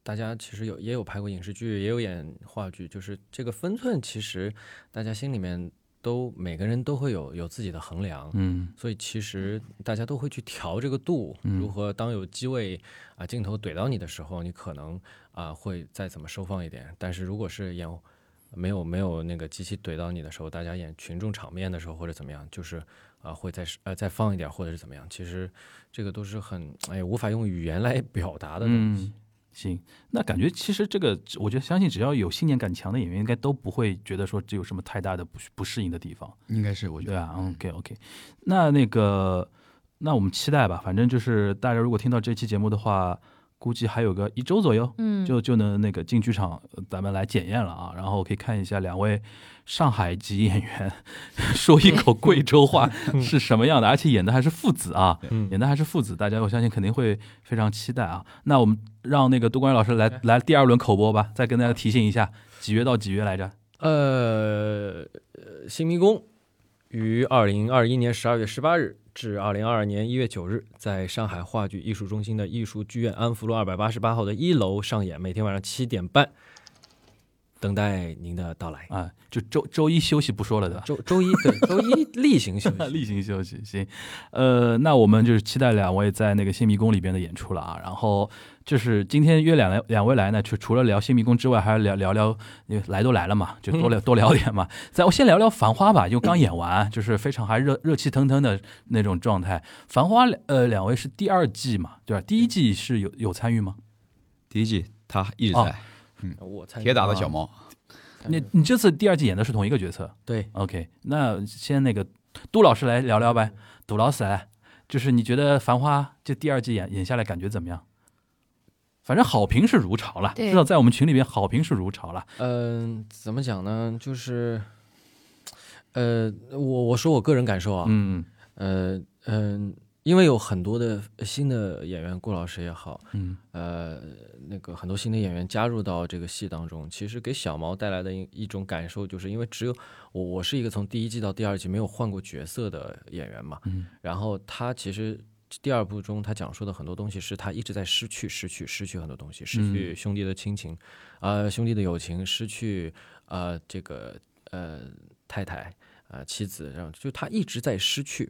Speaker 1: 大家其实有也有拍过影视剧，也有演话剧，就是这个分寸，其实大家心里面都每个人都会有有自己的衡量。
Speaker 2: 嗯
Speaker 1: 所以其实大家都会去调这个度，如何当有机位啊镜头怼到你的时候，你可能啊会再怎么收放一点。但是如果是演没有没有那个机器怼到你的时候，大家演群众场面的时候或者怎么样，就是啊会再呃再放一点或者是怎么样。其实这个都是很哎呀无法用语言来表达的东西。
Speaker 2: 嗯，行，那感觉其实这个，我觉得相信只要有信念感强的演员，应该都不会觉得说这有什么太大的不不适应的地方。
Speaker 4: 应该是我觉
Speaker 2: 对
Speaker 4: 得，
Speaker 2: 啊，OK OK，那那个，那我们期待吧。反正就是大家如果听到这期节目的话，估计还有个一周左右，
Speaker 3: 嗯，
Speaker 2: 就就能那个进剧场，呃咱们来检验了啊。然后可以看一下两位上海籍演员 说一口贵州话是什么样的，而且演的还是父子啊，
Speaker 1: 嗯
Speaker 2: 演的还是父子，大家我相信肯定会非常期待啊。那我们让那个杜光宇老师来
Speaker 1: 哎
Speaker 2: 来第二轮口播吧，再跟大家提醒一下，几月到几月来着？
Speaker 1: 呃，呃新迷宫于二零二一年十二月十八日至二零二二年一月九日，在上海话剧艺术中心的艺术剧院安福路二百八十八号的一楼上演，每天晚上七点半，等待您的到 来。
Speaker 2: 啊，就周周一休息不说了，对吧？
Speaker 1: 周周一对周一例行休息，
Speaker 2: 例行休息，行，呃，那我们就是期待两位在那个新迷宫里边的演出了啊。然后就是今天约两来两位来呢，就除了聊新迷宫之外，还要聊聊聊，因为来都来了嘛，就多聊、 多聊点嘛。再我先聊聊《繁花》吧，因为刚演完，就是非常还热热气腾腾的那种状态。《繁花》呃，两位是第二季嘛，对吧？第一季是有有参与吗？
Speaker 4: 第一季他一直在、
Speaker 2: 哦
Speaker 1: 我参与
Speaker 4: 铁打的小猫，
Speaker 2: 你你这次第二季演的是同一个角色？
Speaker 1: 对
Speaker 2: OK，那先那个杜老师来聊聊呗，杜老师来，就是你觉得《繁花》这第二季演演下来感觉怎么样？反正好评是如潮了，
Speaker 3: 对
Speaker 2: 至少在我们群里边好评是如潮了。
Speaker 1: 嗯、怎么讲呢？就是呃，我我说我个人感受啊，
Speaker 2: 嗯
Speaker 1: 呃嗯、因为有很多的新的演员，顾老师也好，
Speaker 2: 嗯
Speaker 1: 呃，那个很多新的演员加入到这个戏当中，其实给小毛带来的一一种感受，就是因为只有我，我是一个从第一季到第二季没有换过角色的演员嘛，
Speaker 2: 嗯
Speaker 1: 然后他其实第二部中他讲述的很多东西是他一直在失去、失去、失去很多东西，失
Speaker 2: 嗯
Speaker 1: 去兄弟的亲情，呃，兄弟的友情，失去呃这个呃太太呃妻子，然后就他一直在失去，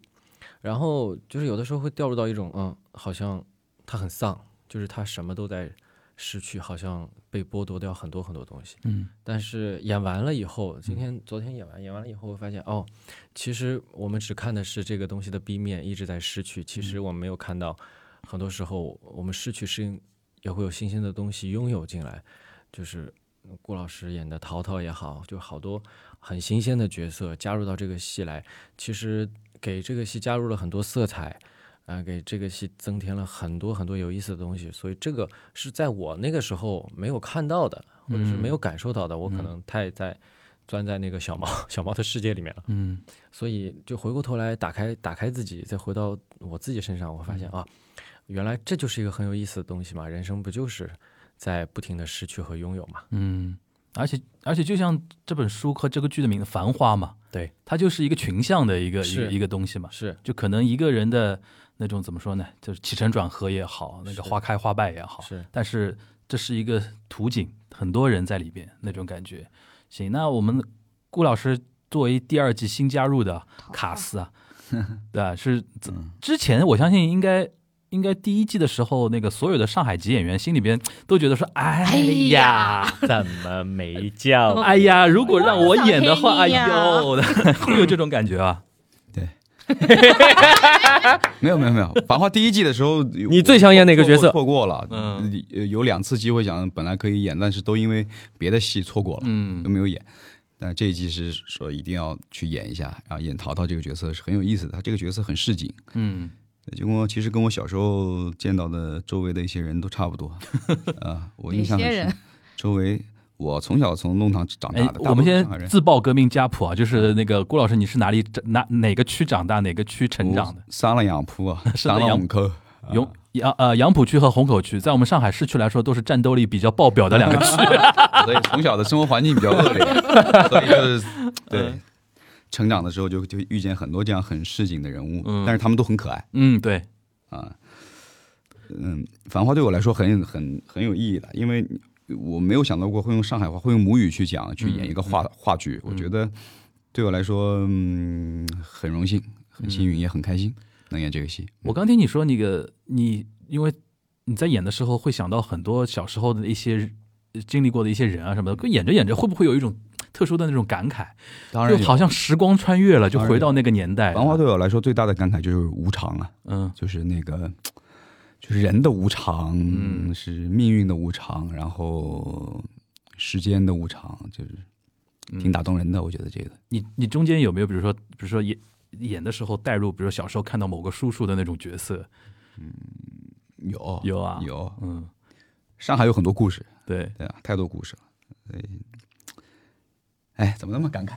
Speaker 1: 然后就是有的时候会掉入到一种嗯，好像他很丧，就是他什么都在失去，好像被剥夺掉很多很多东西。
Speaker 2: 嗯
Speaker 1: 但是演完了以后，今天、昨天演完，演完了以后，我发现哦，其实我们只看的是这个东西的 B 面，一直在失去。其实我们没有看到，很多时候我们失去是因也会有新鲜的东西拥有进来，就是。顾老师演的淘淘也好，就好多很新鲜的角色加入到这个戏来，其实给这个戏加入了很多色彩，呃，给这个戏增添了很多很多有意思的东西，所以这个是在我那个时候没有看到的，或者是没有感受到的。我可能太在钻在那个小猫小猫的世界里面了。
Speaker 2: 嗯
Speaker 1: 所以就回过头来打开打开自己，再回到我自己身上，我发现啊，原来这就是一个很有意思的东西嘛。人生不就是在不停的失去和拥有嘛？
Speaker 2: 嗯，而且而且就像这本书和这个剧的名字《繁花》嘛，
Speaker 1: 对，
Speaker 2: 它就是一个群像的一个一
Speaker 1: 是
Speaker 2: 个一个东西嘛，
Speaker 1: 是
Speaker 2: 就可能一个人的那种怎么说呢，就是起承转合也好，那个
Speaker 1: 是
Speaker 2: 花开花败也好，
Speaker 1: 是，
Speaker 2: 但是这是一个图景，很多人在里边那种感觉。行，那我们顾老师作为第二季新加入的卡斯啊， 对啊，是怎
Speaker 4: 嗯
Speaker 2: 之前我相信应该。应该第一季的时候，那个所有的上海籍演员心里边都觉得说：“哎
Speaker 3: 哎
Speaker 2: 呀，
Speaker 1: 怎么没 叫
Speaker 2: 哎呀，如果让我演的话，
Speaker 3: 我
Speaker 2: 哎
Speaker 3: 想
Speaker 2: 呦，
Speaker 3: 黑
Speaker 2: 会有这种感觉啊。
Speaker 4: 没有没有没有，《繁花》第一季的时候，
Speaker 1: 你最想演哪个角色
Speaker 4: 错过错过了，
Speaker 2: 嗯
Speaker 4: 呃有两次机会想本来可以演，但是都因为别的戏错过了，
Speaker 2: 嗯
Speaker 4: 都没有演。但这一季是说一定要去演一下，然后演淘淘这个角色是很有意思的，他这个角色很市井，
Speaker 2: 嗯
Speaker 4: 就跟我其实跟我小时候见到的周围的一些人都差不多啊，我印象
Speaker 3: 哪
Speaker 4: 很
Speaker 3: 些人
Speaker 4: 深。周围我从小从弄堂长
Speaker 2: 哎
Speaker 4: 大的，，大
Speaker 2: 我们
Speaker 4: 部分
Speaker 2: 先
Speaker 4: 上海人
Speaker 2: 自报革命家谱啊，就是那个郭老师，你是哪里长哪哪个区长大，哪个区成长的？
Speaker 4: 上了养铺啊，
Speaker 2: 上了
Speaker 4: 上了
Speaker 2: 养
Speaker 4: 五口，
Speaker 2: 杨
Speaker 4: 啊
Speaker 2: 杨呃杨浦区和虹口区，在我们上海市区来说，都是战斗力比较爆表的两个 区。
Speaker 4: 所以从小的生活环境比较恶 劣，所以就是对成长的时候就就遇见很多这样很市井的人物，
Speaker 2: 嗯
Speaker 4: 但是他们都很可爱
Speaker 2: 嗯，对，
Speaker 4: 啊。嗯，繁花对我来说很很很有意义的，因为我没有想到过会用上海话、会用母语去讲、去演一个话、话剧，我觉得对我来说，嗯，很荣幸、很幸运，也很开心能演这个戏。
Speaker 2: 我刚听你说那个你，因为你在演的时候会想到很多小时候的一些呃经历过的一些人啊什么的，可演着演着会不会有一种特殊的那种感慨？
Speaker 4: 当然
Speaker 2: 就
Speaker 4: 有，
Speaker 2: 好像时光穿越了，就
Speaker 4: 当然
Speaker 2: 回
Speaker 4: 有
Speaker 2: 到那个年代。
Speaker 4: 繁花对我来说最大的感慨就是无常啊。
Speaker 2: 嗯
Speaker 4: 就是那个，就是人的无常，
Speaker 2: 嗯
Speaker 4: 是命运的无常，然后时间的无常，就是挺打动人的。我觉得这个，
Speaker 2: 你你中间有没有比如说，比如说演演的时候带入，比如小时候看到某个叔叔的那种角色？
Speaker 4: 有
Speaker 2: 有啊
Speaker 4: 有，
Speaker 2: 嗯，
Speaker 4: 上海有很多故事，
Speaker 2: 对，
Speaker 4: 对啊，太多故事了。所以，哎，怎么那么感慨？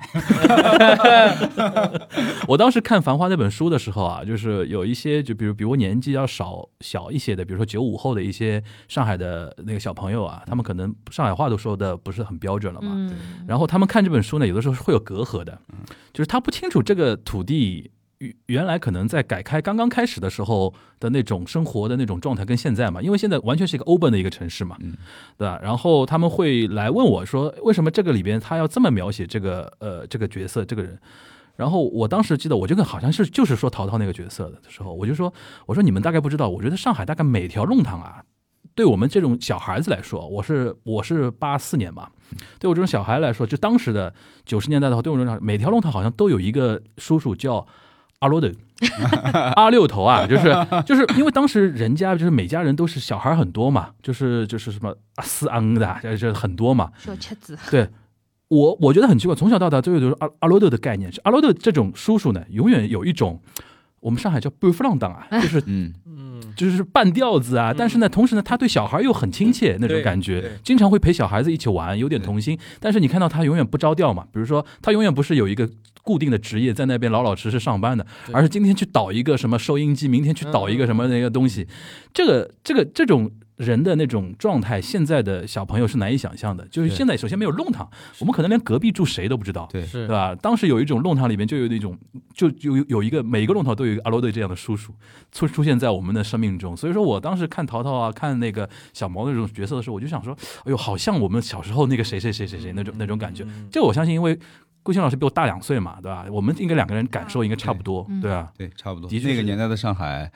Speaker 2: 我当时看《繁花》那本书的时候啊，就是有一些就比如比我年纪要少小一些的，比如说九五后的一些上海的那个小朋友啊，他们可能上海话都说的不是很标准了嘛。
Speaker 3: 嗯，
Speaker 2: 然后他们看这本书呢，有的时候是会有隔阂的，就是他不清楚这个土地原原来可能在改开刚刚开始的时候的那种生活的那种状态跟现在嘛，因为现在完全是一个 open 的一个城市嘛，对吧？然后他们会来问我说，为什么这个里边他要这么描写这个呃这个角色这个人？然后我当时记得，我就跟好像是就是说淘淘那个角色的时候，我就说，我说你们大概不知道，我觉得上海大概每条弄堂啊，对我们这种小孩子来说，我是我是八四年嘛，对我这种小孩来说，就当时的九十年代的话，对我这种小每条弄堂好像都有一个叔叔叫阿罗德。阿六头啊，就是就是因为当时人家就是每家人都是小孩很多嘛，就是就是什么阿斯昂的啊，就是很多嘛，
Speaker 3: 说车子，
Speaker 2: 对我，我觉得很奇怪，从小到大都有就是阿阿罗德的概念，是阿罗德这种叔叔呢，永远有一种我们上海叫半副浪荡啊，就是
Speaker 4: 嗯，
Speaker 1: 嗯，
Speaker 2: 就是半吊子啊，但是呢，同时呢，他对小孩又很亲切那种感
Speaker 1: 对
Speaker 2: 觉
Speaker 1: 对，
Speaker 2: 经常会陪小孩子一起玩，有点童心。但是你看到他永远不着调嘛，比如说他永远不是有一个固定的职业在那边老老实实上班的，
Speaker 1: 对
Speaker 2: 而是今天去倒一个什么收音机，明天去倒一个什么那个东
Speaker 1: 嗯
Speaker 2: 西，这个这个这种。人的那种状态，现在的小朋友是难以想象的。就是
Speaker 1: 对
Speaker 2: 现在，首先没有弄堂，我们可能连隔壁住谁都不知道。
Speaker 4: 对，
Speaker 1: 是
Speaker 2: 对吧？当时有一种弄堂里面就有那种，就有有一个每一个弄堂都有一个阿罗队这样的叔叔出出现在我们的生命中，所以说我当时看淘淘啊，看那个小毛那种角色的时候，我就想说，哎呦，好像我们小时候那个谁谁谁谁谁那种那种感觉。这我相信，因为顾欣老师比我大两岁嘛，对吧？我们应该两个人感受应该差不多，
Speaker 3: 嗯
Speaker 2: 对啊，
Speaker 4: 对，差不多。
Speaker 2: 的确
Speaker 4: 那
Speaker 2: 是
Speaker 4: 个年代的上海，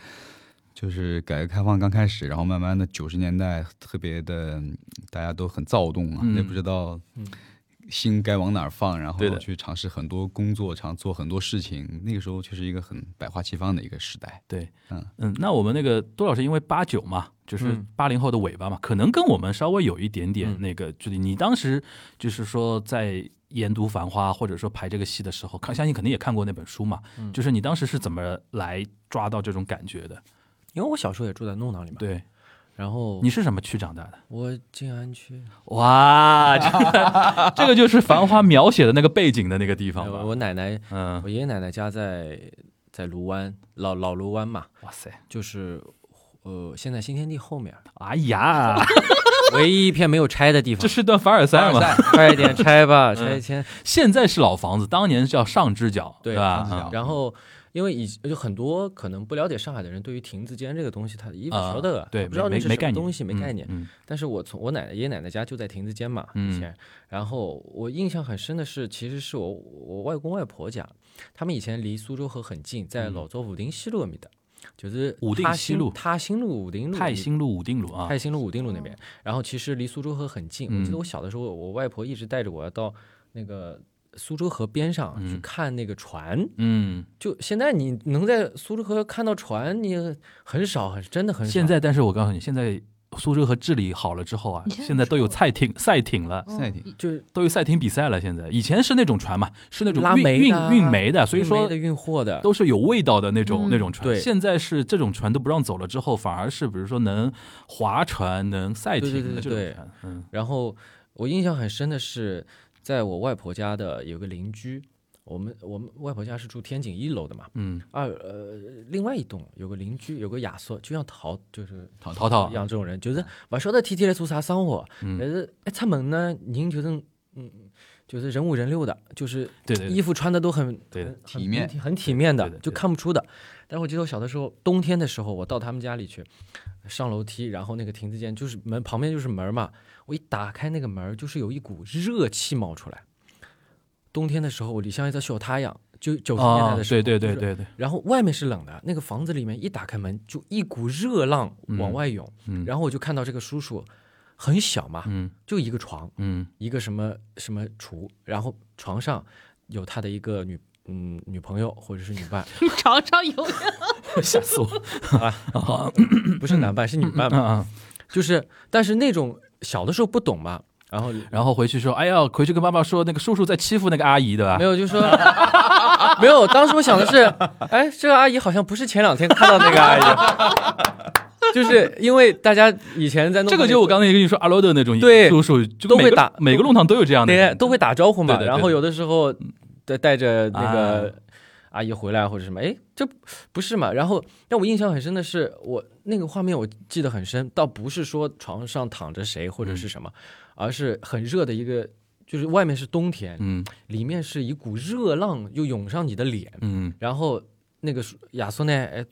Speaker 4: 就是改革开放刚开始，然后慢慢的九十年代特别的，嗯大家都很躁动啊，
Speaker 2: 嗯
Speaker 4: 也不知道
Speaker 1: 嗯
Speaker 4: 心该往哪儿放，然
Speaker 2: 对的
Speaker 4: 后去尝试很多工作，尝做很多事情。那个时候就是一个很百花齐放的一个时代。
Speaker 2: 对，
Speaker 4: 嗯
Speaker 2: 嗯。那我们那个多老师因为八九嘛，就是
Speaker 1: 嗯
Speaker 2: 八零后的尾巴嘛，可能跟我们稍微有一点点
Speaker 1: 嗯
Speaker 2: 那个距离。你当时就是说在研读《繁花》或者说排这个戏的时候，看相信肯定也看过那本书嘛，
Speaker 1: 嗯
Speaker 2: 就是你当时是怎么来抓到这种感觉的？
Speaker 1: 因为我小时候也住在弄堂里嘛，
Speaker 2: 对，
Speaker 1: 然后
Speaker 2: 你是什么区长大的？
Speaker 1: 我静安区，
Speaker 2: 哇，这个 这个就是《繁花》描写的那个背景的那个地方
Speaker 1: 哎我
Speaker 2: 吧？
Speaker 1: 我奶奶，
Speaker 2: 嗯
Speaker 1: 我，爷爷奶奶家在在卢湾，老老卢湾嘛，
Speaker 2: 哇塞，
Speaker 1: 就是呃现在新天地后 面
Speaker 2: 哎 呀，
Speaker 1: 唯一一片没有拆的地方
Speaker 2: 这。是嗯段凡尔赛吗？
Speaker 1: 快一点拆 吧，拆一迁。
Speaker 2: 现在是老房子，当年叫上支角，
Speaker 1: 对
Speaker 2: 吧？
Speaker 4: 上支
Speaker 2: 嗯
Speaker 4: 角
Speaker 1: 然后，因为以就很多可能不了解上海的人，对于亭子间这个东西，他一不
Speaker 2: 啊
Speaker 1: 晓得，
Speaker 2: 对，
Speaker 1: 不知道那
Speaker 2: 没
Speaker 1: 是
Speaker 2: 没
Speaker 1: 什
Speaker 2: 概
Speaker 1: 么
Speaker 2: 念，
Speaker 1: 东西，没概
Speaker 2: 嗯
Speaker 1: 念。
Speaker 2: 嗯，
Speaker 1: 但是我从我奶奶爷爷奶奶家就在亭子间嘛，以前，然后我印象很深的是，其实是我我外公外婆家，他们以前离苏州河很近，在老早武定西路那面的，就是
Speaker 2: 嗯武定
Speaker 1: 塔
Speaker 2: 西
Speaker 1: 新
Speaker 2: 路
Speaker 1: 塔新路、武定路、
Speaker 2: 泰兴路、武定路啊
Speaker 1: 泰，兴路、武定路那边。然后其实离苏州河很近，我记
Speaker 2: 嗯
Speaker 1: 得我小的时候，我外婆一直带着我要到那个苏州河边上去
Speaker 2: 嗯
Speaker 1: 看那个船。
Speaker 2: 嗯，
Speaker 1: 就现在你能在苏州河看到船，你很少，很真的很少。
Speaker 2: 现在但是我告诉你，现在苏州和治理好了之后啊，
Speaker 3: 你现在
Speaker 2: 现在都有赛艇赛艇了。
Speaker 4: 赛艇
Speaker 1: 就是
Speaker 2: 都有赛艇比赛了，现在以前是那种船嘛，是那种
Speaker 1: 拉
Speaker 2: 运
Speaker 1: 煤
Speaker 2: 运
Speaker 1: 的啊
Speaker 2: 运煤的，所以
Speaker 1: 运
Speaker 2: 说
Speaker 1: 煤的运货的
Speaker 2: 都是有味道的那种、
Speaker 3: 嗯
Speaker 2: 那种船。
Speaker 1: 对
Speaker 2: 现在是这种船都不让走了之后，反而是比如说能划船、能赛艇
Speaker 1: 对对
Speaker 2: 的
Speaker 1: 对
Speaker 2: 这
Speaker 1: 对
Speaker 2: 种船。嗯
Speaker 1: 然后我印象很深的是，在我外婆家的有个邻居，我们我们外婆家是住天井一楼的嘛，
Speaker 2: 嗯，
Speaker 1: 二呃另外一栋有个邻居有个亚瑟，就像陶就是
Speaker 4: 淘
Speaker 2: 淘
Speaker 4: 淘
Speaker 2: 淘
Speaker 1: 一，样这种人，就是勿晓得天天来做啥生活，但
Speaker 2: 啊嗯，
Speaker 1: 是一出门呢，人就是嗯就是人五人六的，就是
Speaker 2: 对对对
Speaker 1: 衣服穿的都很
Speaker 2: 对的
Speaker 1: 很很
Speaker 4: 体面
Speaker 1: 很体面
Speaker 2: 对
Speaker 1: 的
Speaker 2: 的对，的
Speaker 1: 就看不出的。但是我记得我小的时候，冬天的时候，我到他们家里去，上楼梯，然后那个亭子间就是门旁边就是门嘛，我一打开那个门，就是有一股热气冒出来。冬天的时候，我里像一只小太阳，就九十年代
Speaker 2: 啊，
Speaker 1: 的时候，
Speaker 2: 对
Speaker 1: 就
Speaker 2: 对对
Speaker 1: 是。
Speaker 2: 对对，
Speaker 1: 然后外面是冷的，那个房子里面一打开门，就一股热浪往外涌。
Speaker 2: 嗯
Speaker 1: 然后我就看到这个叔叔，很小嘛，
Speaker 2: 嗯
Speaker 1: 就一个床，
Speaker 2: 嗯
Speaker 1: 一个什么什么厨，然后床上有他的一个女嗯女朋友或者是女伴，
Speaker 3: 床上哦有
Speaker 2: 嗯，吓死我！
Speaker 1: 不是男伴是女伴
Speaker 2: 嗯
Speaker 1: 嘛，
Speaker 2: 嗯，
Speaker 1: 就是但是那种小的时候不懂嘛，然后
Speaker 2: 然后回去说，哎呀，回去跟爸爸说，那个叔叔在欺负那个阿姨，对吧
Speaker 1: 没？有就说 没有，当时我想的是，哎，这个阿姨好像不是前两天看到那个阿姨， 就是因为大家以前在弄
Speaker 2: 这个就我刚才也跟你说阿罗德那种
Speaker 1: 对
Speaker 2: 叔叔，就
Speaker 1: 都会
Speaker 2: 每个
Speaker 1: 打
Speaker 2: 每啊个弄堂都有这样的
Speaker 1: 对
Speaker 2: 人，
Speaker 1: 都会打招呼嘛，
Speaker 2: 对的对的嗯啊
Speaker 1: 然后有的时候带带着那个。阿姨回来或者什么，哎，这不是嘛？然后让我印象很深的是，我那个画面我记得很深，倒不是说床上躺着谁或者
Speaker 2: 嗯
Speaker 1: 是什么，而是很热的一个，就是外面是冬天，
Speaker 2: 嗯
Speaker 1: 里面是一股热浪又涌上你的脸，
Speaker 2: 嗯
Speaker 1: 然后那个亚瑟呢，哎，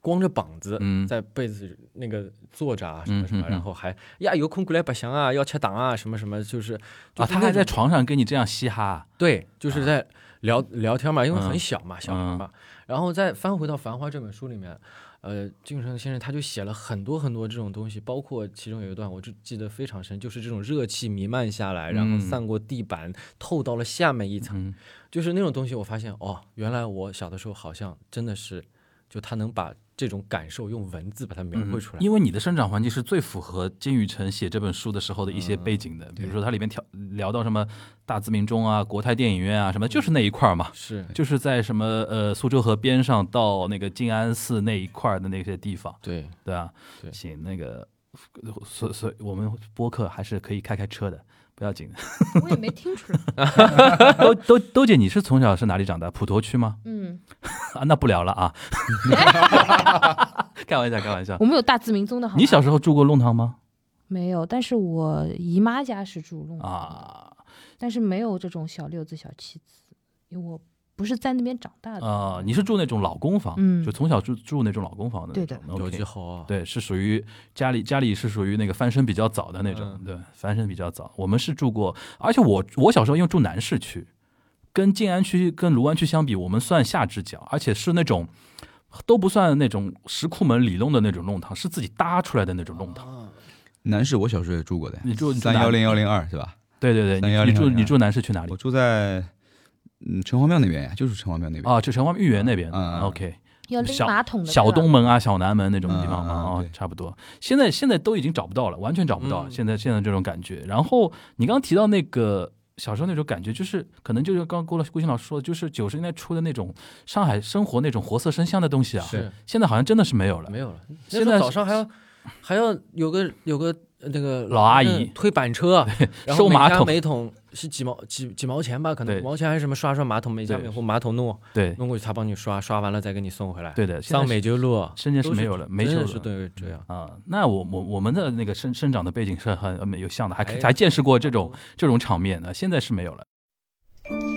Speaker 1: 光着膀子，
Speaker 2: 嗯
Speaker 1: 在被子里那个坐着啊，什么什
Speaker 2: 嗯
Speaker 1: 么，
Speaker 2: 嗯嗯
Speaker 1: 然后还呀有空过来白相啊，要吃糖啊，什么什么，就是就
Speaker 2: 啊，
Speaker 1: 是
Speaker 2: 他
Speaker 1: 那
Speaker 2: 还在
Speaker 1: 种
Speaker 2: 床上跟你这样嘻哈，
Speaker 1: 对，就是在聊、聊天嘛，因为
Speaker 2: 嗯
Speaker 1: 很小嘛，小孩嘛。然后再翻回到《繁花》这本书里面，呃，金城先生他就写了很多很多这种东西，包括其中有一段我就记得非常深，就是这种热气弥漫下来，然后
Speaker 2: 嗯
Speaker 1: 散过地板，透到了下面一层。
Speaker 2: 嗯
Speaker 1: 就是那种东西，我发现哦，原来我小的时候好像真的是，就他能把这种感受用文字把它描绘出来。
Speaker 2: 嗯因为你的生长环境是最符合金宇澄写这本书的时候的一些
Speaker 1: 嗯
Speaker 2: 背景的，比如说它里面聊聊到什么大自民中啊、国泰电影院啊什么，就是那一块儿嘛，
Speaker 1: 是
Speaker 2: 就是在什么呃苏州河边上到那个静安寺那一块儿的那些地方，
Speaker 1: 对，
Speaker 2: 对吧？
Speaker 1: 对
Speaker 2: 行，那个所所以我们播客还是可以开开车的，不要紧的。
Speaker 3: 我也没听出来。
Speaker 2: 兜兜兜姐，你是从小是哪里长大？普陀区吗？
Speaker 3: 嗯，
Speaker 2: 啊，那不聊了 啊， 开玩笑，开玩笑
Speaker 3: 我。们有大自民宗的好吗。
Speaker 2: 你小时候住过弄堂吗？
Speaker 3: 没有，但是我姨妈家是住弄堂，
Speaker 2: 啊，
Speaker 3: 但是没有这种小六子、小七子，因为我不是在那边长大的。
Speaker 2: 啊、你是住那种老公房，
Speaker 3: 嗯
Speaker 2: 就从小住住那种老公房的那
Speaker 3: 对
Speaker 2: 种，
Speaker 1: 有
Speaker 2: OK
Speaker 1: 机猴啊，
Speaker 2: 对，是属于家里家里是属于那个翻身比较早的那种，
Speaker 1: 嗯
Speaker 2: 对，翻身比较早。我们是住过，而且我我小时候因为住南市区，跟静安区跟卢湾区相比，我们算下支脚，而且是那种都不算那种石库门里弄的那种弄堂，是自己搭出来的那种弄堂。
Speaker 4: 南市我小时候也住过的，
Speaker 2: 你住你住
Speaker 4: 哦三
Speaker 2: 嗯哪
Speaker 4: 幺零幺零二是吧？
Speaker 2: 对对对，你你
Speaker 4: 310
Speaker 2: 住
Speaker 4: 那
Speaker 2: 你住南市区哪里
Speaker 4: 我？住在嗯城隍庙那边呀，就是城隍庙那边。
Speaker 2: 啊，就城隍御园那边。
Speaker 4: 嗯嗯
Speaker 2: OK，
Speaker 3: 要拎
Speaker 2: 小
Speaker 3: 马桶的
Speaker 2: 小
Speaker 3: 对吧
Speaker 2: 东门啊、小南门那种地方嘛，
Speaker 4: 嗯嗯嗯
Speaker 2: 啊，
Speaker 4: 对
Speaker 2: 差不多。现在现在都已经找不到了，完全找不到。
Speaker 1: 嗯
Speaker 2: 现在现在这种感觉。然后你刚刚提到那个小时候那种感觉，就是可能就是刚刚郭老郭鑫老师说的，就是九十年代初的那种上海生活那种活色生香的东西啊，
Speaker 1: 是
Speaker 2: 现在好像真的是没有了。
Speaker 1: 没有了。
Speaker 2: 现
Speaker 1: 那时候
Speaker 2: 在
Speaker 1: 早上还要还要有个有个呃那个
Speaker 2: 老阿姨
Speaker 1: 嗯推板车，然后
Speaker 2: 收
Speaker 1: 每
Speaker 2: 马
Speaker 1: 家
Speaker 2: 桶
Speaker 1: 每桶是几毛几几毛钱吧，可能
Speaker 2: 对
Speaker 1: 五毛钱还是什么刷刷马桶，每家
Speaker 2: 对
Speaker 1: 每户马桶弄
Speaker 2: 对
Speaker 1: 弄过去，他帮你刷，刷完了再给你送回来。，
Speaker 2: 对的，现在
Speaker 1: 上美洲路
Speaker 2: 深圳是
Speaker 1: 都是
Speaker 2: 没有了，没
Speaker 1: 真
Speaker 2: 有
Speaker 1: 的
Speaker 2: 了
Speaker 1: 是对这样，
Speaker 2: 啊、那我我我们的那个生生长的背景是很呃有像的，还
Speaker 1: 哎
Speaker 2: 还见识过这种这种场面的，啊现在是没有了。
Speaker 5: 《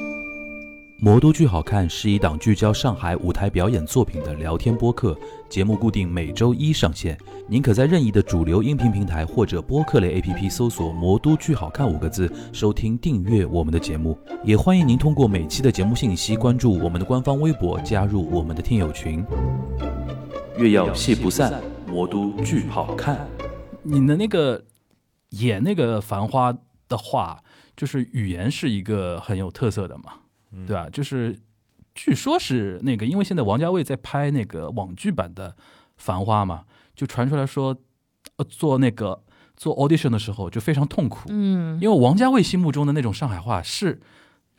Speaker 5: 魔都剧好看》是一档聚焦上海舞台表演作品的聊天播客，节目固定每周一上线。您可在任意的主流音频平台或者播客类 APP 搜索“魔都剧好看”五个字，收听订阅我们的节目。也欢迎您通过每期的节目信息关注我们的官方微博，加入我们的听友群。月要戏不散，魔都剧好看。
Speaker 2: 你的那个演那个《繁花》的话，就是语言是一个很有特色的嘛，对吧？就是据说是那个，因为现在王家卫在拍那个网剧版的《繁花》嘛，就传出来说，呃，做那个做 audition 的时候就非常痛苦，
Speaker 3: 嗯，
Speaker 2: 因为王家卫心目中的那种上海话是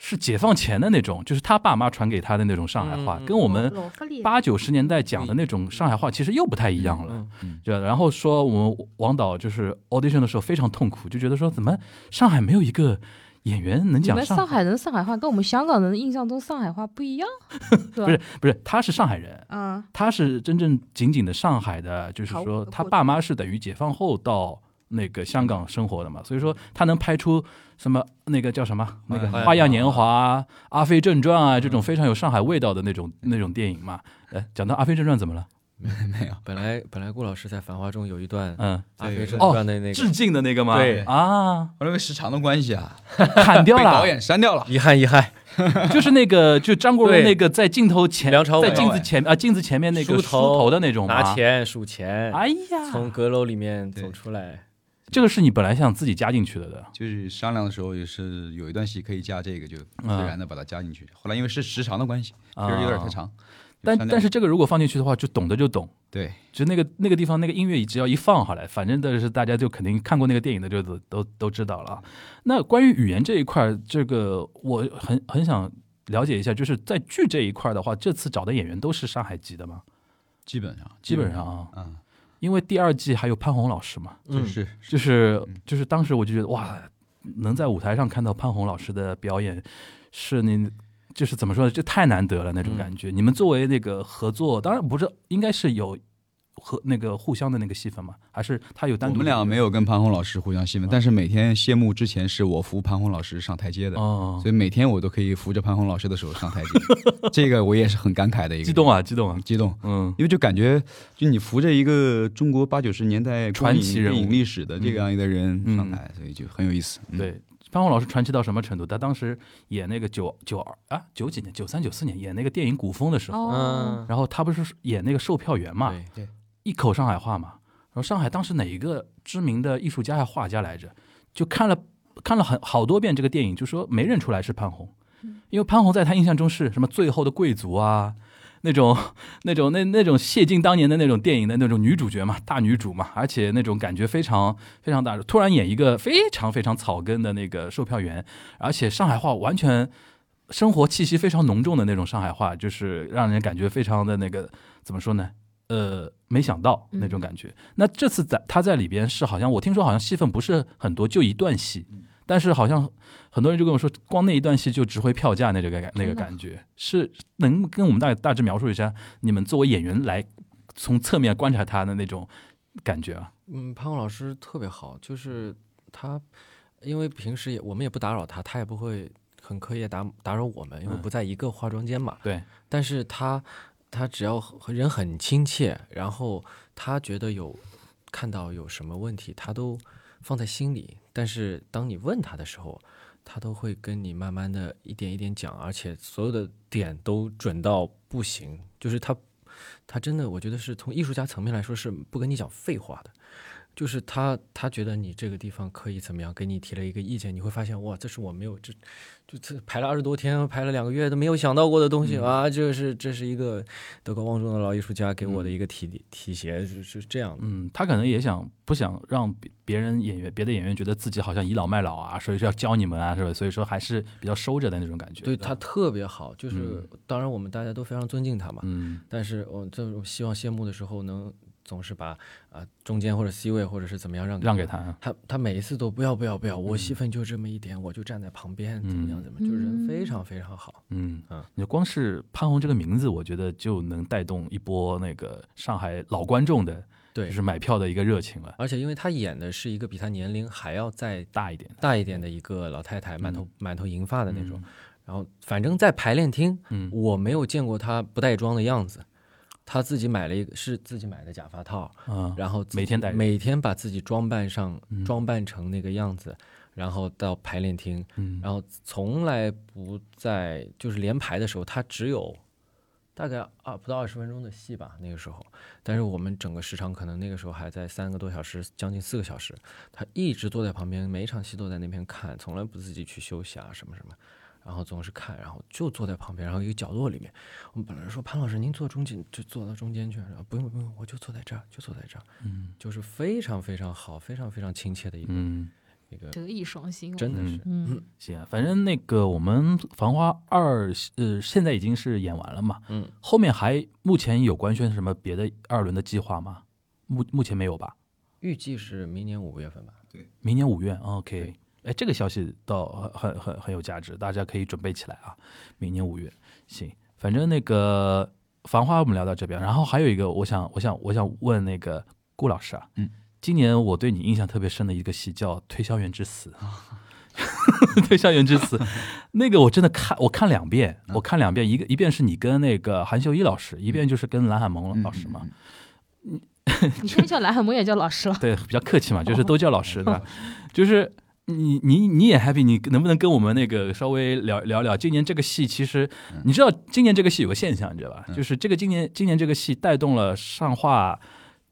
Speaker 2: 是解放前的那种，就是他爸妈传给他的那种上海话，
Speaker 1: 嗯
Speaker 2: 跟我们
Speaker 3: 罗弗里
Speaker 2: 八九十年代讲的那种上海话其实又不太一样了
Speaker 1: 嗯。
Speaker 2: 对，然后说我们王导就是 audition 的时候非常痛苦，就觉得说怎么上海没有一个演员能
Speaker 3: 你
Speaker 2: 讲
Speaker 3: 们
Speaker 2: 上
Speaker 3: 上海人上海话跟我们香港人印象中上海话不一 样，对吧？
Speaker 2: 不是不是，他是上海人。
Speaker 3: 嗯，
Speaker 2: 他是真正紧紧的上海的，就是
Speaker 3: 逃
Speaker 2: 说
Speaker 3: 不
Speaker 2: 他
Speaker 3: 过
Speaker 2: 爸妈是等于解放后到那个香港生活的嘛，所以说他能拍出什么那个叫什么那个
Speaker 1: 花
Speaker 2: 《
Speaker 1: 样
Speaker 2: 花样
Speaker 1: 年
Speaker 2: 年
Speaker 1: 华
Speaker 2: 华》《阿飞正传》啊这种非常有上海味道的那种那种电影嘛。呃，讲到《阿飞正传》怎么了？
Speaker 4: 没有，
Speaker 1: 本来本来顾老师在《繁花》中有一段
Speaker 2: 嗯，
Speaker 1: 阿飞正
Speaker 2: 哦
Speaker 1: 传的那
Speaker 2: 致
Speaker 1: 个，
Speaker 2: 敬的那个吗？
Speaker 1: 对
Speaker 2: 啊，
Speaker 4: 我那个时长的关系啊，
Speaker 2: 砍掉
Speaker 4: 被导
Speaker 2: 了，
Speaker 4: 演删掉了。
Speaker 1: 遗憾遗憾，
Speaker 2: 就是那个就张国荣
Speaker 1: 对
Speaker 2: 那个在镜头前
Speaker 1: 梁朝，伟
Speaker 2: 在镜子前啊镜子前面那个
Speaker 1: 梳
Speaker 2: 梳
Speaker 1: 头
Speaker 2: 头的那种
Speaker 1: 拿
Speaker 2: 吗。
Speaker 1: 钱数钱，
Speaker 2: 哎呀，
Speaker 1: 从阁楼里面走
Speaker 4: 对
Speaker 1: 出来，
Speaker 2: 这个是你本来想自己加进去的的，
Speaker 4: 就是商量的时候也是有一段戏可以加这个，就自
Speaker 2: 嗯
Speaker 4: 然的把它加进去。后来因为是时长的关系，
Speaker 2: 啊
Speaker 4: 确实有点太长。就
Speaker 2: 但
Speaker 4: 删掉
Speaker 2: 但
Speaker 4: 了
Speaker 2: 是这个如果放进去的话，就懂的就懂。
Speaker 4: 对，
Speaker 2: 就那个那个地方那个音乐只要一放好了，反正都是大家就肯定看过那个电影的就都都都知道了啊。那关于语言这一块儿，这个我很很想了解一下，就是在剧这一块儿的话，这次找的演员都是上海籍的吗？
Speaker 4: 基本上
Speaker 2: 基本上，啊，
Speaker 4: 嗯，
Speaker 2: 因为第二季还有潘虹老师嘛，
Speaker 4: 就
Speaker 1: 嗯
Speaker 4: 是
Speaker 2: 就是
Speaker 4: 嗯
Speaker 2: 就是当时我就觉得哇，能在舞台上看到潘虹老师的表演，是你就是怎么说呢，这太难得了
Speaker 4: 嗯
Speaker 2: 那种感觉。你们作为那个合作，当然不是应该是有和那个互相的那个戏份嘛，还是他有单
Speaker 4: 我
Speaker 2: 独啊
Speaker 4: 们俩没有跟潘虹老师互相戏份，但是每天谢幕之前是我扶潘虹老师上台阶的，
Speaker 2: 哦
Speaker 4: 所，以每天我都可以扶着潘虹老师的手 上台阶，这个我也是很感慨的一个
Speaker 2: 激动，啊，激 动啊，
Speaker 4: 激动。
Speaker 2: 嗯
Speaker 4: 因为就感觉，就你扶着一个中国八九十年代
Speaker 2: 传奇
Speaker 4: 光影
Speaker 2: 人物
Speaker 4: 电影历史的这样一个人
Speaker 2: 嗯
Speaker 4: 上台，所以就很有意思。嗯，
Speaker 2: 对。潘虹老师传奇到什么程度？他当时演那个九九二啊九几年九三九四年演那个电影《古风》的时候，
Speaker 3: 哦，
Speaker 1: 嗯，
Speaker 2: 然后他不是演那个售票员嘛，
Speaker 1: 对，
Speaker 2: 一口上海话嘛。然后上海当时哪一个知名的艺术家还画家来着？就看了看了很好多遍这个电影，就说没认出来是潘虹，因为潘虹在他印象中是什么最后的贵族啊， 那种那种那那种谢晋当年的那种电影的那种女主角嘛，大女主嘛，而且那种感觉非常非常大。突然演一个非常非常草根的那个售票员，而且上海话完全。生活气息非常浓重的那种上海话，就是让人感觉非常的那个怎么说呢？呃，没想到那种感觉。那这次在他在里边是好像我听说好像戏份不是很多，就一段戏，但是好像很多人就跟我说，光那一段戏就值回票价那这个感那个
Speaker 3: 真的
Speaker 2: 感觉，是能跟我们大大致描述一下你们作为演员来从侧面观察他的那种感觉啊？
Speaker 1: 嗯，潘虹老师特别好，
Speaker 2: 嗯
Speaker 1: 就是他，因为平时也我们也不打扰他，他也不会很刻意地打打扰我们，因为
Speaker 2: 嗯
Speaker 1: 不在一个化妆间嘛。
Speaker 2: 对，
Speaker 1: 但是他他只要和人很亲切，然后他觉得有看到有什么问题，他都放在心里。但是当你问他的时候，他都会跟你慢慢的一点一点讲，而且所有的点都准到不行，就是他他真的，我觉得是从艺术家层面来说是不跟你讲废话的。就是他，他觉得你这个地方可以怎么样，给你提了一个意见，你会发现，哇，这是我没有这就这排了二十多天，排了两个月都没有想到过的东西、啊！这是这是一个德高望重的老艺术家给我的一个提、提携，是是这样的。
Speaker 2: 嗯，他可能也想不想让别别人演员别的演员觉得自己好像倚老卖老啊，所以说要教你们啊，是吧？所以说还是比较收着的那种感觉。
Speaker 1: 对他特别好，就是、当然我们大家都非常尊敬他嘛，
Speaker 2: 嗯，
Speaker 1: 但是我这种希望谢幕的时候能总是把啊、中间或者 C 位或者是怎么样让
Speaker 2: 让给他嗯啊。
Speaker 1: 他他每一次都不要不要不要，我戏份就这么一点，我就站在旁边，怎么样怎么样，就人非常非常好。
Speaker 2: 嗯
Speaker 1: 嗯，
Speaker 2: 你光是潘虹这个名字，我觉得就能带动一波那个上海老观众的，
Speaker 1: 对
Speaker 2: 就是买票的一个热情了，
Speaker 1: 而且因为他演的是一个比他年龄还要再
Speaker 2: 大一点。
Speaker 1: 大一点的一个老太太，满
Speaker 2: 嗯
Speaker 1: 头满头银发的那种。然后反正，在排练厅，
Speaker 2: 嗯
Speaker 1: 我没有见过她不带妆的样子。她自己买了一个是自己买的假发套，
Speaker 2: 嗯，
Speaker 1: 然后自己
Speaker 2: 每天戴着嗯
Speaker 1: 每天把自己装扮上，装扮成那个样子，然后到排练厅，
Speaker 2: 嗯
Speaker 1: 然后从来不在就是连排的时候，她只有大概啊不到二十分钟的戏吧，那个时候，但是我们整个时长可能那个时候还在三个多小时，将近四个小时，她一直坐在旁边，每一场戏都在那边看，从来不自己去休息啊什么什么。然后总是看，然后就坐在旁边，然后一个角落里面。我们本来说潘老师您坐中间，就坐到中间去，然后不用不用，我就坐在这儿，就坐在这儿。
Speaker 2: 嗯
Speaker 1: 就是非常非常好，非常非常亲切的一个、
Speaker 2: 嗯，
Speaker 1: 一个，
Speaker 6: 德艺双馨哦，
Speaker 1: 真的是、
Speaker 3: 嗯，
Speaker 2: 行啊，反正那个我们《繁花二》呃，现在已经是演完了嘛，
Speaker 1: 嗯，
Speaker 2: 后面还目前有官宣什么别的二轮的计划吗？目目前没有吧？
Speaker 1: 预计是明年五月份吧。
Speaker 2: 明年五月，OK。哎，这个消息倒很很很很有价值，大家可以准备起来啊。明年五月，行，反正那个《繁花》我们聊到这边，然后还有一个，我想我想我想问那个顾老师啊，
Speaker 4: 嗯，
Speaker 2: 今年我对你印象特别深的一个戏叫《推销员之死》 推销员之死，那个我真的看，我看两遍，我看两遍，一个一遍是你跟那个韩秀一老师，一遍就是跟蓝海
Speaker 4: 嗯
Speaker 2: 萌老师嘛，
Speaker 6: 你现在叫蓝海萌也叫老师了，
Speaker 2: 对，比较客气嘛，
Speaker 4: 哦
Speaker 2: 就是都叫老师的，就是你你你也 happy，你能不能跟我们那个稍微聊聊聊？今年这个戏其实
Speaker 4: 嗯
Speaker 2: 你知道，今年这个戏有个现象，你知道吧？就是这个今年今年这个戏带动了上画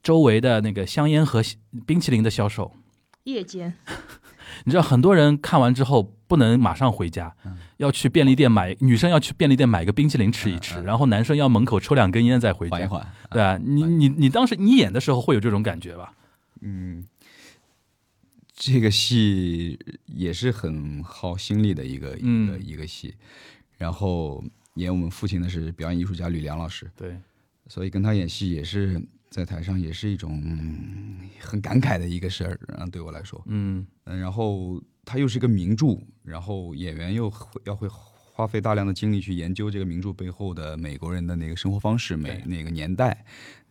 Speaker 2: 周围的那个香烟和冰淇淋的销售。
Speaker 6: 夜间
Speaker 2: 你知道，很多人看完之后不能马上回家，
Speaker 4: 嗯
Speaker 2: 要去便利店买，女生要去便利店买个冰淇淋吃一吃，然后男生要门口抽两根烟再回
Speaker 4: 嗯缓一嗯
Speaker 2: 家。
Speaker 4: 缓。
Speaker 2: 对啊，你你你当时你演的时候会有这种感觉吧？
Speaker 4: 嗯，这个戏也是很耗心力的一个一个
Speaker 2: 嗯
Speaker 4: 一个戏。然后演我们父亲的是表演艺术家吕梁老师，
Speaker 2: 对，
Speaker 4: 所以跟他演戏也是在台上也是一种嗯很感慨的一个事儿。嗯，对我来说，
Speaker 2: 嗯
Speaker 4: 嗯，然后他又是一个名著，然后演员又会要会花费大量的精力去研究这个名著背后的美国人的那个生活方式、美那个年代，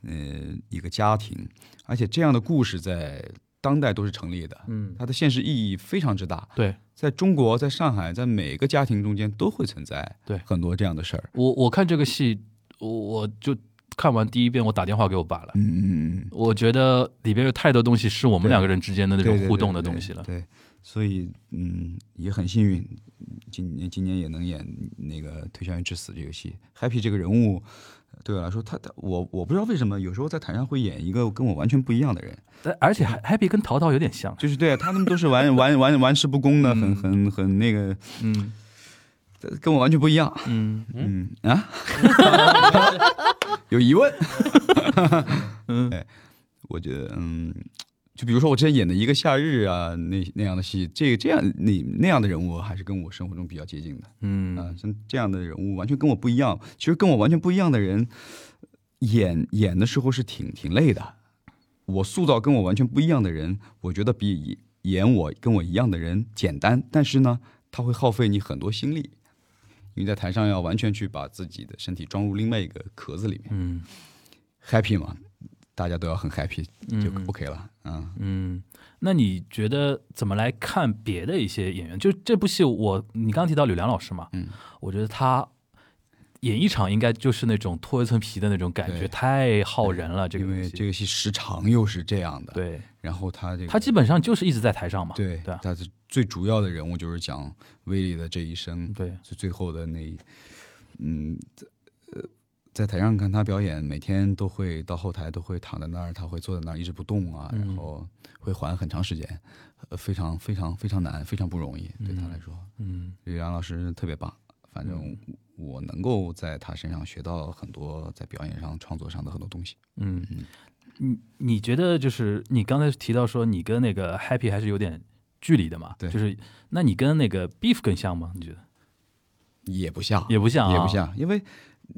Speaker 4: 嗯、一个家庭，而且这样的故事在当代都是成立的，
Speaker 2: 嗯，
Speaker 4: 它的现实意义非常之大，
Speaker 2: 对。
Speaker 4: 在中国，在上海，在每个家庭中间都会存在
Speaker 2: 对
Speaker 4: 很多这样的事儿。
Speaker 2: 我我看这个戏，我我就看完第一遍，我打电话给我爸了。
Speaker 4: 嗯嗯嗯嗯，
Speaker 2: 我觉得里边有太多东西是我们
Speaker 4: 对
Speaker 2: 两个人之间的那
Speaker 4: 对
Speaker 2: 种
Speaker 4: 对
Speaker 2: 互
Speaker 4: 对
Speaker 2: 动的
Speaker 4: 对
Speaker 2: 东西了。
Speaker 4: 对，所以嗯，也很幸运，今年今年也能演那个《推销员之死》这个戏。Happy 这个人物对我来说，他他我我不知道为什么有时候在台上会演一个跟我完全不一样的人，
Speaker 2: 但而且还 Happy 跟淘淘有点像，
Speaker 4: 就是对啊他们都是玩玩玩玩世不恭的，很很很那个，
Speaker 2: 嗯
Speaker 4: 跟我完全不一样。
Speaker 2: 嗯
Speaker 4: 嗯啊，有疑问？
Speaker 2: 嗯
Speaker 4: 哎，我觉得嗯，就比如说我之前演的一个夏日啊，那那样的戏，这这样那那样的人物还是跟我生活中比较接近的啊
Speaker 2: 嗯，
Speaker 4: 像这样的人物完全跟我不一样。其实跟我完全不一样的人演演的时候是挺挺累的。我塑造跟我完全不一样的人，我觉得比演我跟我一样的人简单，但是呢，他会耗费你很多心力。因为在台上要完全去把自己的身体装入另外一个壳子里面
Speaker 2: 嗯
Speaker 4: ，happy 嘛，大家都要很 happy 就
Speaker 2: 嗯
Speaker 4: OK 了，嗯
Speaker 2: 嗯。那你觉得怎么来看别的一些演员？就这部戏我，你刚刚提到吕梁老师嘛，
Speaker 4: 嗯，
Speaker 2: 我觉得他演一场应该就是那种脱一层皮的那种感觉，
Speaker 4: 对
Speaker 2: 太耗人了。这个
Speaker 4: 因
Speaker 2: 东
Speaker 4: 为
Speaker 2: 西，
Speaker 4: 这个戏时长又是这样的，，
Speaker 2: 对
Speaker 4: 然后他这个
Speaker 2: 他基本上就是一直在台上嘛。
Speaker 4: 对
Speaker 2: 对啊
Speaker 4: 他的最主要的人物就是讲威利的这一生，
Speaker 2: 对，
Speaker 4: 最最后的那一，嗯，呃，在台上看他表演，每天都会到后台都会躺在那儿，他会坐在那儿一直不动啊，
Speaker 2: 嗯
Speaker 4: 然后会缓很长时间，呃，非常非常非常难，非常不容易，对他来说，
Speaker 2: 嗯
Speaker 4: 李阳老师特别棒，反正我能够在他身上学到很多在表演上、创作上的很多东西。
Speaker 2: 嗯，你你觉得就是你刚才提到说你跟那个 Happy 还是有点距离的嘛？
Speaker 4: 对
Speaker 2: 就是那你跟那个 Beef 更像吗？你觉得
Speaker 4: 也不像，
Speaker 2: 也不像啊
Speaker 4: 也不像，因为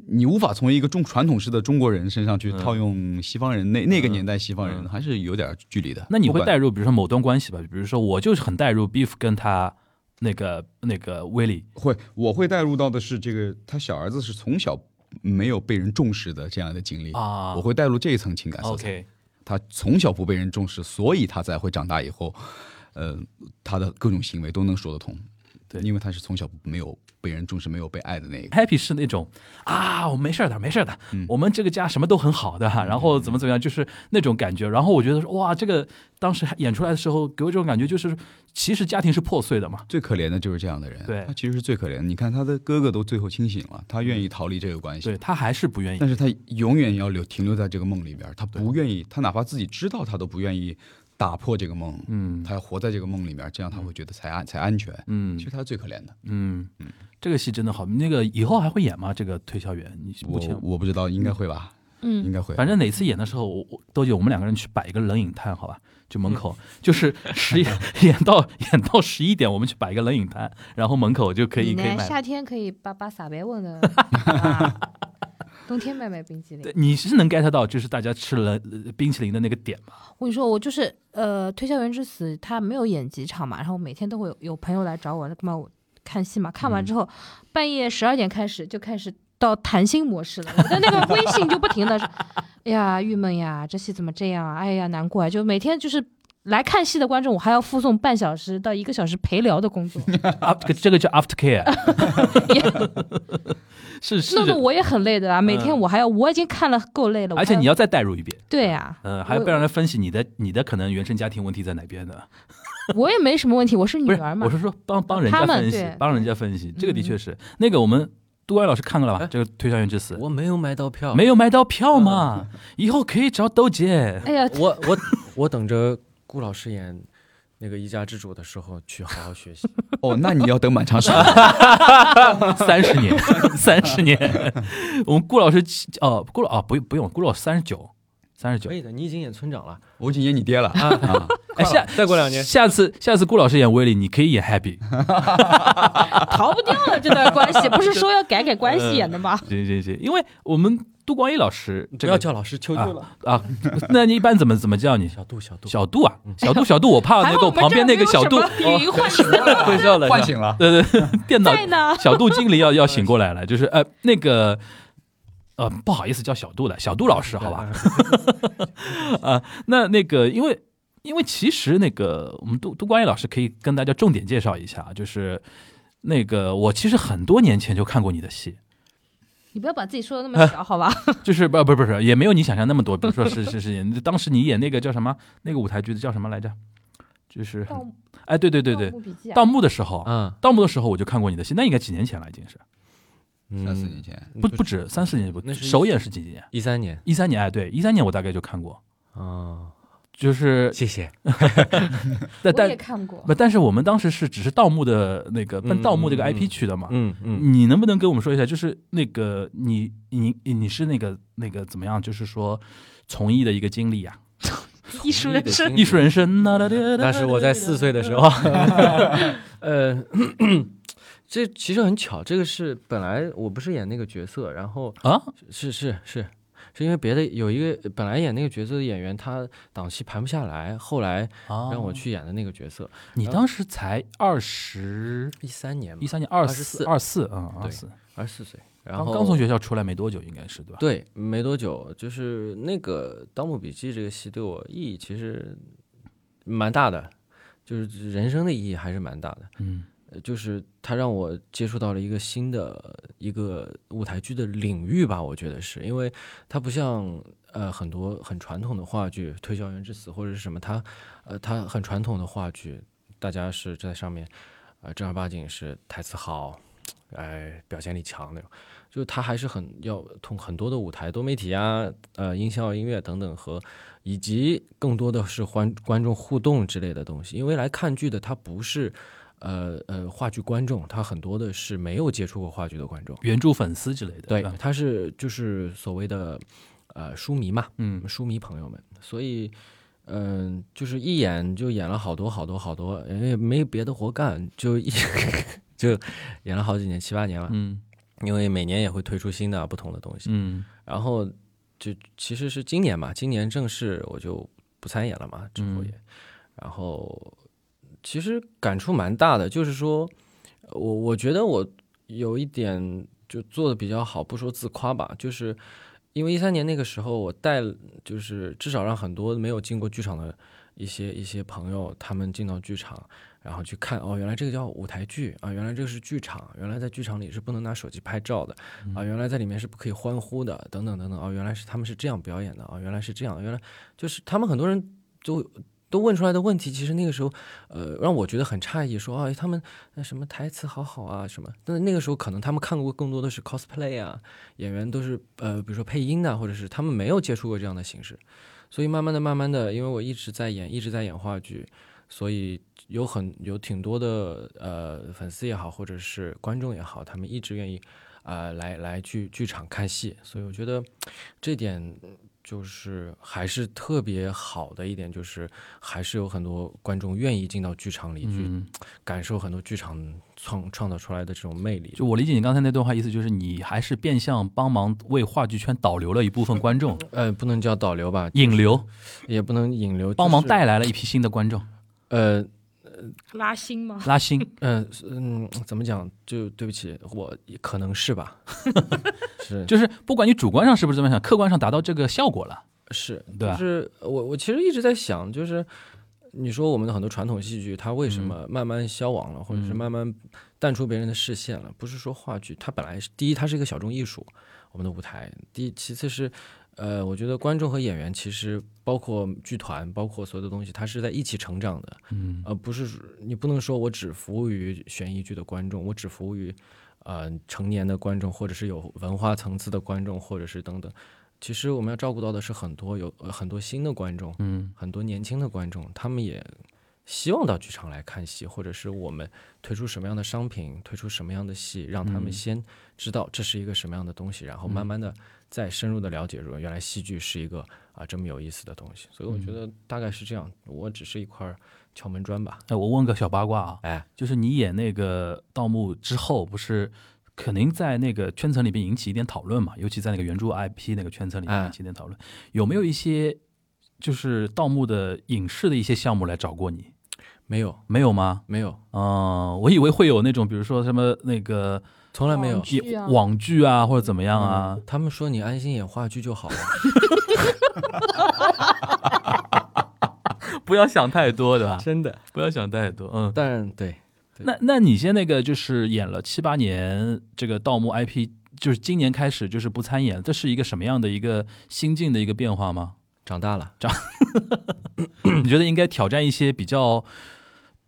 Speaker 4: 你无法从一个中传统式的中国人身上
Speaker 2: 嗯
Speaker 4: 去套用西方人那、那个年代西方人，
Speaker 5: 嗯
Speaker 4: 还是有点距离的。
Speaker 2: 那你
Speaker 4: 不
Speaker 2: 会
Speaker 4: 管
Speaker 2: 带入，比如说某段关系吧，比如说我就是很带入 Beef 跟他那个那个 Willie，
Speaker 4: 会，我会带入到的是这个，他小儿子是从小没有被人重视的这样的经历
Speaker 2: 啊
Speaker 4: 我会带入这一层情感色彩。
Speaker 2: OK，
Speaker 4: 他从小不被人重视，所以他才会长大以后，呃，他的各种行为都能说得通。
Speaker 2: 对
Speaker 4: 因为他是从小没有被人重视、没有被爱的那一个。
Speaker 2: Happy 是那种啊，我没事儿的，没事儿的，
Speaker 4: 嗯
Speaker 2: 我们这个家什么都很好的，然后怎么怎么样，就是那种感觉。然后我觉得说哇，这个当时演出来的时候，给我这种感觉就是，其实家庭是破碎的嘛。
Speaker 4: 最可怜的就是这样的人，
Speaker 2: 对
Speaker 4: 他其实是最可怜的。你看他的哥哥都最后清醒了，他愿意逃离这个关
Speaker 2: 嗯
Speaker 4: 系，
Speaker 2: 对他还是不愿意
Speaker 4: 但，是他永远要留停留在这个梦里边儿，他不愿意，他哪怕自己知道，他都不愿意打破这个梦，
Speaker 2: 嗯
Speaker 4: 他要活在这个梦里边儿，这样他会觉得才安才安全。
Speaker 2: 嗯
Speaker 4: 其实他是最可怜的，
Speaker 2: 嗯，这个戏真的好。那个以后还会演吗？这个推销员，你目
Speaker 4: 我
Speaker 2: 前
Speaker 4: 我不知道，应该会吧，应
Speaker 6: 嗯，
Speaker 4: 该会。
Speaker 2: 反正哪次演的时候，我我豆姐，我们两个人去摆一个冷饮摊，好吧？就
Speaker 4: 嗯
Speaker 2: 门口，就是十一 演到演到十一点，我们去摆一个冷饮摊，然后门口就可以
Speaker 6: 你
Speaker 2: 可以
Speaker 6: 呢？
Speaker 2: 买。
Speaker 6: 夏天可以把把撒白粉 的啊，冬天买买冰激凌
Speaker 2: 对。你是能 get 到，就是大家吃了呃冰淇淋的那个点嘛？
Speaker 6: 我跟你说，我就是呃，推销员之死，他没有演几场嘛，然后每天都会有有朋友来找我，那么我看戏嘛，
Speaker 2: 嗯
Speaker 6: 看完之后，半夜十二点开始就开始到谈心模式了，我的那个微信就不停的， 哎呀，郁闷呀，这戏怎么这样啊？哎呀，难过啊！就每天就是来看戏的观众，我还要附送半小时到一个小时陪聊的工 作，
Speaker 2: 啊，这个这个叫 after care，
Speaker 6: 也
Speaker 2: 是是
Speaker 6: 弄得
Speaker 2: 的，
Speaker 6: 我也很累的啊。每天我还要，我已经看了够累了，我
Speaker 2: 嗯而且
Speaker 6: 还
Speaker 2: 你要再代入一遍，
Speaker 6: 对呀、
Speaker 2: 嗯，还要
Speaker 6: 我
Speaker 2: 被让人分析你的你的可能原生家庭问题在哪边的，
Speaker 6: 我也没什么问题，我是女
Speaker 2: 不是
Speaker 6: 儿，嘛
Speaker 2: 我，是说帮帮人家
Speaker 6: 他们
Speaker 2: 分析
Speaker 6: 对，
Speaker 2: 帮人家分析，这个的
Speaker 6: 嗯
Speaker 2: 确是那个我们杜安老师看过了吧？
Speaker 1: 哎
Speaker 2: 这个推销员之死，
Speaker 1: 我没有买到票，
Speaker 2: 没有买到票嘛， 以后可以找豆姐。
Speaker 6: 哎呀，
Speaker 1: 我我我等着顾老师演那个一家之主的时候去好好 学习。
Speaker 4: 哦，那你要等蛮长时间。
Speaker 2: 三十年， 三十年。 我们顾老师七哦，顾老啊，不用不用，顾老师三十九，三十九
Speaker 1: 可。以的，你已经演村长了，
Speaker 4: 我已经演你爹了，啊
Speaker 2: 哎，下
Speaker 1: 再过两年
Speaker 2: 下次下次顾老师演威利，你可以演 Happy。
Speaker 6: 逃不掉了这段关系，不是说要改改关系演的吗？
Speaker 2: 行行行，因为我们杜光一老师
Speaker 1: 不
Speaker 2: 这
Speaker 1: 要
Speaker 2: 个
Speaker 1: 叫老师求求了。
Speaker 2: 啊，那你一般怎么怎么叫你？
Speaker 1: 小杜，小杜，
Speaker 2: 小杜 啊，小杜小杜，我怕那个旁边那个小杜
Speaker 6: 语音唤醒
Speaker 2: 哦 会 叫了，
Speaker 4: 唤醒了。
Speaker 2: 对对，电脑
Speaker 6: 在 呢。
Speaker 2: 小杜经理要要醒过来了，就是呃那个呃不好意思叫小杜的小杜老师好吧？啊，那那个因为因为其实那个我们杜杜光义老师可以跟大家重点介绍一下，就是那个我其实很多年前就看过你的戏，
Speaker 6: 你不要把自己说的那么小，好吧？
Speaker 2: 就是不不不是也没有你想象那么多，比如说是是是，你当时你演那个叫什么那个舞台剧的叫什么来着？就是很
Speaker 6: 盗
Speaker 2: 哎对对对对
Speaker 6: 盗，墓笔记啊
Speaker 2: 盗墓的时候。
Speaker 1: 啊，
Speaker 2: 盗墓的时候我就看过你的戏，那应该几年前了，已经是
Speaker 4: 三四年
Speaker 1: 嗯，
Speaker 4: 前，
Speaker 2: 不不止三四年不
Speaker 1: 那，是
Speaker 2: 首演是几几年？
Speaker 1: 一三年
Speaker 2: 一三年哎，对，一三年我大概就看过，
Speaker 1: 啊，
Speaker 2: 就是
Speaker 1: 谢谢。
Speaker 2: 但
Speaker 6: 我也
Speaker 2: 啊但
Speaker 6: 看过。
Speaker 2: 不，但是我们当时是只是盗墓的那个奔
Speaker 1: 嗯
Speaker 2: 盗墓这个
Speaker 1: 嗯
Speaker 2: IP 去的嘛。
Speaker 1: 嗯嗯，
Speaker 2: 你能不能跟我们说一下，就是那个你你你是那个那个怎么样？就是说从艺的一个经 历呀、
Speaker 6: 艺术人生
Speaker 1: 嗯
Speaker 2: 艺术人生。那
Speaker 1: 那是我在四岁的时候，呃， 这其实很巧，这个是本来我不是演那个角色，然后
Speaker 2: 啊，
Speaker 1: 是是是，是因为别的有一个本来演那个角色的演员，他档期排不下来，后来让
Speaker 2: 让
Speaker 1: 我。去演嗯的那个角色，
Speaker 2: 哦你当时才二十
Speaker 1: 一三年嘛
Speaker 2: 一，三年，二
Speaker 1: 24
Speaker 2: 二四，嗯，
Speaker 1: 对
Speaker 2: 二四，
Speaker 1: 二十四岁，然
Speaker 2: 刚
Speaker 1: 后
Speaker 2: 刚从学校出来没多久，应该是对吧？
Speaker 1: 对没多久，就是那个《盗墓笔记》这个戏对我意义其实蛮大的，就是人生的意义还是蛮大的。
Speaker 2: 嗯
Speaker 1: 呃就是它让我接触到了一个新的一个舞台剧的领域吧，我觉得是因为它不像呃很多很传统的话剧《推销员之死》或者是什么，它呃它很传统的话剧，大家是在上面呃正儿八经是台词好，哎表现力强那种，就是它还是很要通很多的舞台多媒体啊，呃音效、音乐等等和以及更多的是观观众互动之类的东西，因为来看剧的他不是。呃呃，话剧观众他很多的是没有接触过话剧的观众，
Speaker 2: 原著粉丝之类的，
Speaker 1: 对
Speaker 2: 吧，
Speaker 1: 他是就是所谓的呃书迷嘛，
Speaker 2: 嗯
Speaker 1: 书迷朋友们，所以嗯、就是一演就演了好多好多好多， 因为没别的活干，就一就演了好几年，七八年了，
Speaker 2: 嗯
Speaker 1: 因为每年也会推出新的不同的东西。
Speaker 5: 嗯
Speaker 1: 然后就其实是今年嘛，今年正式我就不参演了嘛，之后也，然后其实感触蛮大的，就是说我我觉得我有一点就做的比较好，不说自夸吧，就是因为一三年那个时候，我带了就是至少让很多没有进过剧场的一些一些朋友，他们进到剧场。然后去看哦，原来这个叫舞台剧啊，原来这个是剧场，原来在剧场里是不能拿手机拍照的，啊，原来在里面是不可以欢呼的，等等等等，哦，原来是他们是这样表演的，哦，原来是这样，原来就是他们很多人都都问出来的问题，其实那个时候，呃，让我觉得很诧异，说啊、哎，他们那什么台词好好啊，什么，但是那个时候可能他们看过更多的是 cosplay 啊，演员都是呃，比如说配音的，或者是他们没有接触过这样的形式，所以慢慢的、慢慢的，因为我一直在演，一直在演话剧，所以有很有挺多的呃粉丝也好，或者是观众也好，他们一直愿意啊来来剧剧场看戏，所以我觉得这点就是还是特别好的一点，就是还是有很多观众愿意进到剧场里去
Speaker 5: 嗯，
Speaker 1: 感受很多剧场创创造出来的这种魅力。
Speaker 5: 就我理解你刚才那段话意思，就是你还是变相帮忙为话剧圈导流了一部分观众，
Speaker 1: 呃，不能叫导流吧，
Speaker 5: 引流，
Speaker 1: 也不能引流，
Speaker 5: 帮忙
Speaker 1: 就是
Speaker 5: 带来了一批新的观众，
Speaker 1: 呃
Speaker 6: 拉新吗？
Speaker 5: 拉新。
Speaker 1: 嗯嗯，怎么讲？就对不起，我可能是吧， 是
Speaker 5: 就是不管你主观上是不是这么想，客观上达到这个效果了，
Speaker 1: 是，
Speaker 5: 对吧
Speaker 1: 就是我我其实一直在想，就是你说我们的很多传统戏剧，它为什么慢慢消亡了，或者是
Speaker 5: 嗯
Speaker 1: 慢慢淡出别人的视线了？不是说话剧，它本来是第一，它是一个小众艺术，我们的舞台；第一其次是，呃，我觉得观众和演员其实包括剧团，包括所有的东西，它是在一起成长的。
Speaker 5: 嗯，
Speaker 1: 呃，不是说你不能说我只服务于悬疑剧的观众，我只服务于呃成年的观众，或者是有文化层次的观众，或者是等等。其实我们要照顾到的是很多有、呃、很多新的观众，
Speaker 5: 嗯，
Speaker 1: 很多年轻的观众，他们也希望到剧场来看戏，或者是我们推出什么样的商品，推出什么样的戏，让他们
Speaker 5: 嗯
Speaker 1: 先知道这是一个什么样的东西，然后慢慢的再深入的了解说原来戏剧是一个啊这么有意思的东西。所以我觉得大概是这样，我只是一块敲门砖吧。
Speaker 5: 哎，我问个小八卦啊，
Speaker 1: 哎，
Speaker 5: 就是你演那个盗墓之后，不是肯定在那个圈层里边引起一点讨论嘛？尤其在那个原著 IP 那个圈层里面
Speaker 1: 哎
Speaker 5: 引起一点讨论，有没有一些就是盗墓的影视的一些项目来找过你？
Speaker 1: 没有，
Speaker 5: 没有吗？
Speaker 1: 没有，
Speaker 5: 嗯，我以为会有那种，比如说什么那个
Speaker 1: 从来没有
Speaker 6: 网。剧啊
Speaker 5: 网剧啊，或者怎么样啊。
Speaker 1: 嗯他们说你安心演话剧就好了。
Speaker 5: 不要想太多，对吧？
Speaker 1: 真的。
Speaker 5: 不要想太多，嗯。
Speaker 1: 但对，对
Speaker 5: 那那你先那个就是演了七八年这个盗墓 IP，就是今年开始就是不参演，这是一个什么样的一个心境的一个变化吗？
Speaker 1: 长大了，
Speaker 5: 你觉得应该挑战一些比较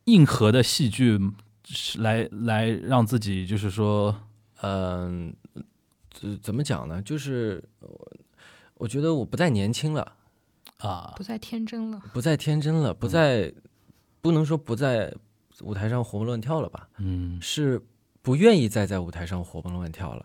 Speaker 5: 硬核的戏剧，是来来让自己就是说，
Speaker 1: 嗯、怎怎么讲呢？就是呃我我觉得我不再年轻了，
Speaker 5: 啊，
Speaker 6: 不再天真 了，
Speaker 1: 不再天真
Speaker 5: 嗯
Speaker 1: 了，不再、不能说不在舞台上活蹦乱跳了吧，
Speaker 5: 嗯
Speaker 1: 是不愿意再在舞台上活蹦乱跳了。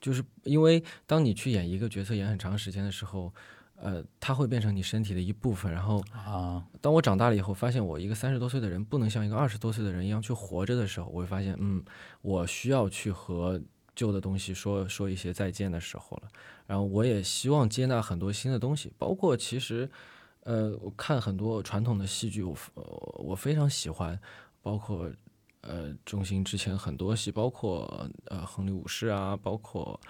Speaker 1: 就是因为当你去演一个角色演很长时间的时候，呃，它会变成你身体的一部分，然后
Speaker 5: 啊，
Speaker 1: 当我长大了以后，发现我一个三十多岁的人不能像一个二十多岁的人一样去活着的时候，我会发现，嗯，我需要去和旧的东西说说一些再见的时候了。然后我也希望接纳很多新的东西，包括其实，呃，我看很多传统的戏剧，我呃我非常喜欢，包括呃中心之前很多戏，包括呃亨利武士啊，包括。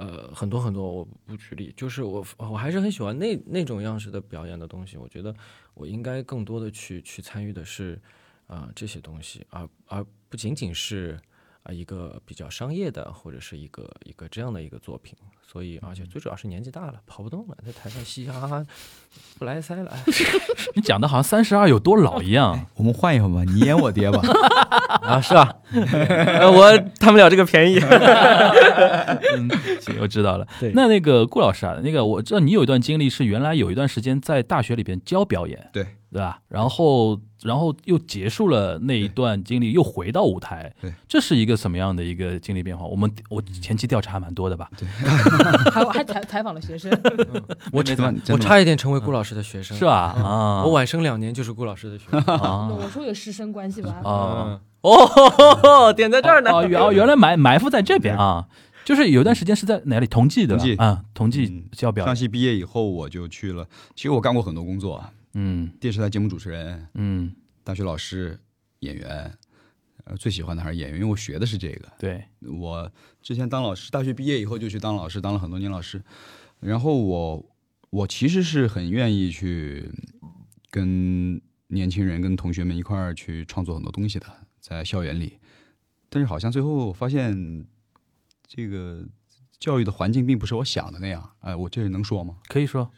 Speaker 1: 呃，很多很多，我不举例，就是我我还是很喜欢那那种样式的表演的东西。我觉得我应该更多的去去参与的是，啊、这些东西，而而不仅仅是啊、一个比较商业的或者是一个一个这样的一个作品。所以，而且最主要是年纪大了，跑不动了，在台上嘻嘻哈哈，不来塞了。哎
Speaker 5: 你讲的好像三十二有多老一样，
Speaker 4: 我们换一换吧，你演我爹吧。
Speaker 1: 啊，是吧？呃、我贪不了这个便 宜。
Speaker 5: 嗯行，我知道了。
Speaker 1: 对
Speaker 5: 那那个顾老师啊，那个我知道你有一段经历是原来有一段时间在大学里边教表演，
Speaker 4: 对
Speaker 5: 对吧？然后然后又结束了那一段经历，又回到舞台，
Speaker 4: 对，
Speaker 5: 这是一个什么样的一个经历变化？我们我前期调查还蛮多的吧？
Speaker 6: 还我还采采访了学 生，
Speaker 5: 我
Speaker 4: 真的吗，
Speaker 1: 我
Speaker 4: 真的吗
Speaker 1: 差一点成为顾老师的学生，
Speaker 5: 是吧？啊，
Speaker 1: 我晚生两年就是顾老师的 学生。
Speaker 3: 嗯
Speaker 5: 啊
Speaker 6: 我说有师生关系吧？
Speaker 5: 啊
Speaker 1: 嗯，哦，点在这儿呢。
Speaker 5: 哦，原哦原来埋埋伏在这边啊。
Speaker 2: 就是有一段时间是在哪里同济的吧
Speaker 4: 同济
Speaker 2: 啊，同济
Speaker 4: 嗯
Speaker 2: 校表
Speaker 4: 上
Speaker 2: 演，
Speaker 4: 戏毕业以后，我就去了。其实我干过很多工作啊，
Speaker 2: 嗯
Speaker 4: 电视台节目主持人、
Speaker 2: 嗯，
Speaker 4: 大学老师、演员。呃，最喜欢的还是演员，因为我学的是这个。
Speaker 2: 对，
Speaker 4: 我之前当老师，大学毕业以后就去当老师，当了很多年老师。然后我我其实是很愿意去跟年轻人、跟同学们一块儿去创作很多东西的，在校园里。但是好像最后我发现，这个教育的环境并不是我想的那样。哎，我这能说吗？
Speaker 2: 可以说